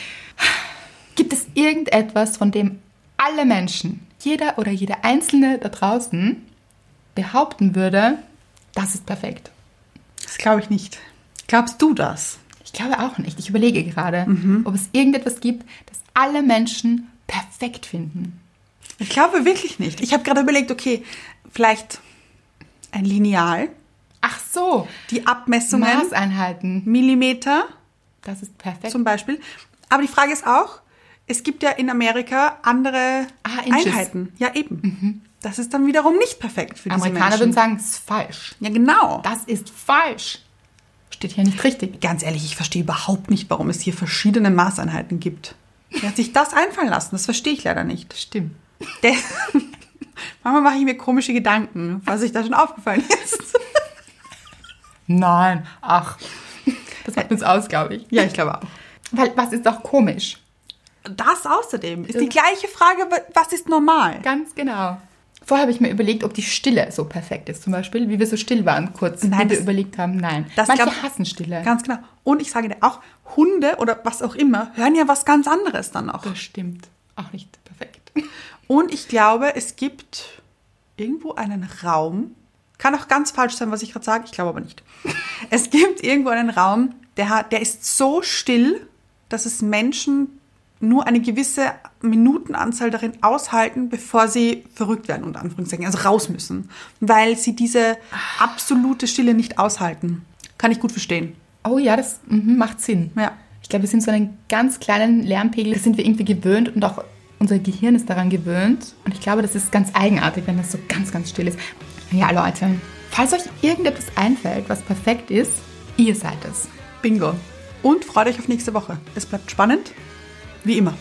Speaker 1: *laughs* Gibt es irgendetwas, von dem alle Menschen, jeder oder jede Einzelne da draußen, behaupten würde, das ist perfekt?
Speaker 2: Das glaube ich nicht. Glaubst du das?
Speaker 1: Ich glaube auch nicht. Ich überlege gerade,
Speaker 2: Mhm.
Speaker 1: ob es irgendetwas gibt, das alle Menschen perfekt finden.
Speaker 2: Ich glaube wirklich nicht. Ich habe gerade überlegt, okay, vielleicht ein Lineal,
Speaker 1: Ach so,
Speaker 2: die Abmessungen,
Speaker 1: Maßeinheiten.
Speaker 2: Millimeter
Speaker 1: Das ist perfekt.
Speaker 2: zum Beispiel. Aber die Frage ist auch, es gibt ja in Amerika andere
Speaker 1: Ah, Inches.
Speaker 2: Einheiten. Ja, eben. Das ist dann wiederum nicht perfekt für diese
Speaker 1: Amerikaner würden
Speaker 2: Menschen.
Speaker 1: sagen, es ist falsch.
Speaker 2: Ja, genau.
Speaker 1: Das ist falsch. Steht hier nicht richtig.
Speaker 2: Ganz ehrlich, ich verstehe überhaupt nicht, warum es hier verschiedene Maßeinheiten gibt. Wer hat sich das einfallen lassen? Das verstehe ich leider nicht.
Speaker 1: Stimmt.
Speaker 2: Der- Manchmal mache ich mir komische Gedanken, was sich da schon aufgefallen ist.
Speaker 1: Nein, ach. Das macht uns aus, glaube ich.
Speaker 2: Ja, ich glaube auch.
Speaker 1: Weil was ist auch komisch?
Speaker 2: Das außerdem ist die gleiche Frage, wa- was ist normal?
Speaker 1: Ganz genau. Vorher habe ich mir überlegt, ob die Stille so perfekt ist, zum Beispiel, wie wir so still waren kurz,
Speaker 2: Nein,
Speaker 1: wie wir
Speaker 2: das-
Speaker 1: überlegt haben, nein.
Speaker 2: das
Speaker 1: Manche
Speaker 2: glaub-
Speaker 1: hassen Stille.
Speaker 2: Ganz genau. Und ich sage dir auch, Hunde oder was auch immer hören ja was ganz anderes dann auch.
Speaker 1: das stimmt. Auch nicht perfekt.
Speaker 2: Und ich glaube, es gibt irgendwo einen Raum, kann auch ganz falsch sein, was ich gerade sage, ich glaube aber nicht. Es gibt irgendwo einen Raum, der, hat, der ist so still, dass es Menschen nur eine gewisse Minutenanzahl darin aushalten, bevor sie verrückt werden, unter Anführungszeichen, also raus müssen, weil sie diese absolute Stille nicht aushalten. Kann ich gut verstehen.
Speaker 1: Oh ja, das mhm, macht Sinn.
Speaker 2: Ja.
Speaker 1: Ich glaube, wir sind so einen ganz kleinen Lärmpegel, das sind wir irgendwie gewöhnt und auch unser Gehirn ist daran gewöhnt. Und ich glaube, das ist ganz eigenartig, wenn das so ganz, ganz still ist. Ja, Leute, falls euch irgendetwas einfällt, was perfekt ist, ihr seid es.
Speaker 2: Bingo. Und freut euch auf nächste Woche. Es bleibt spannend, wie immer.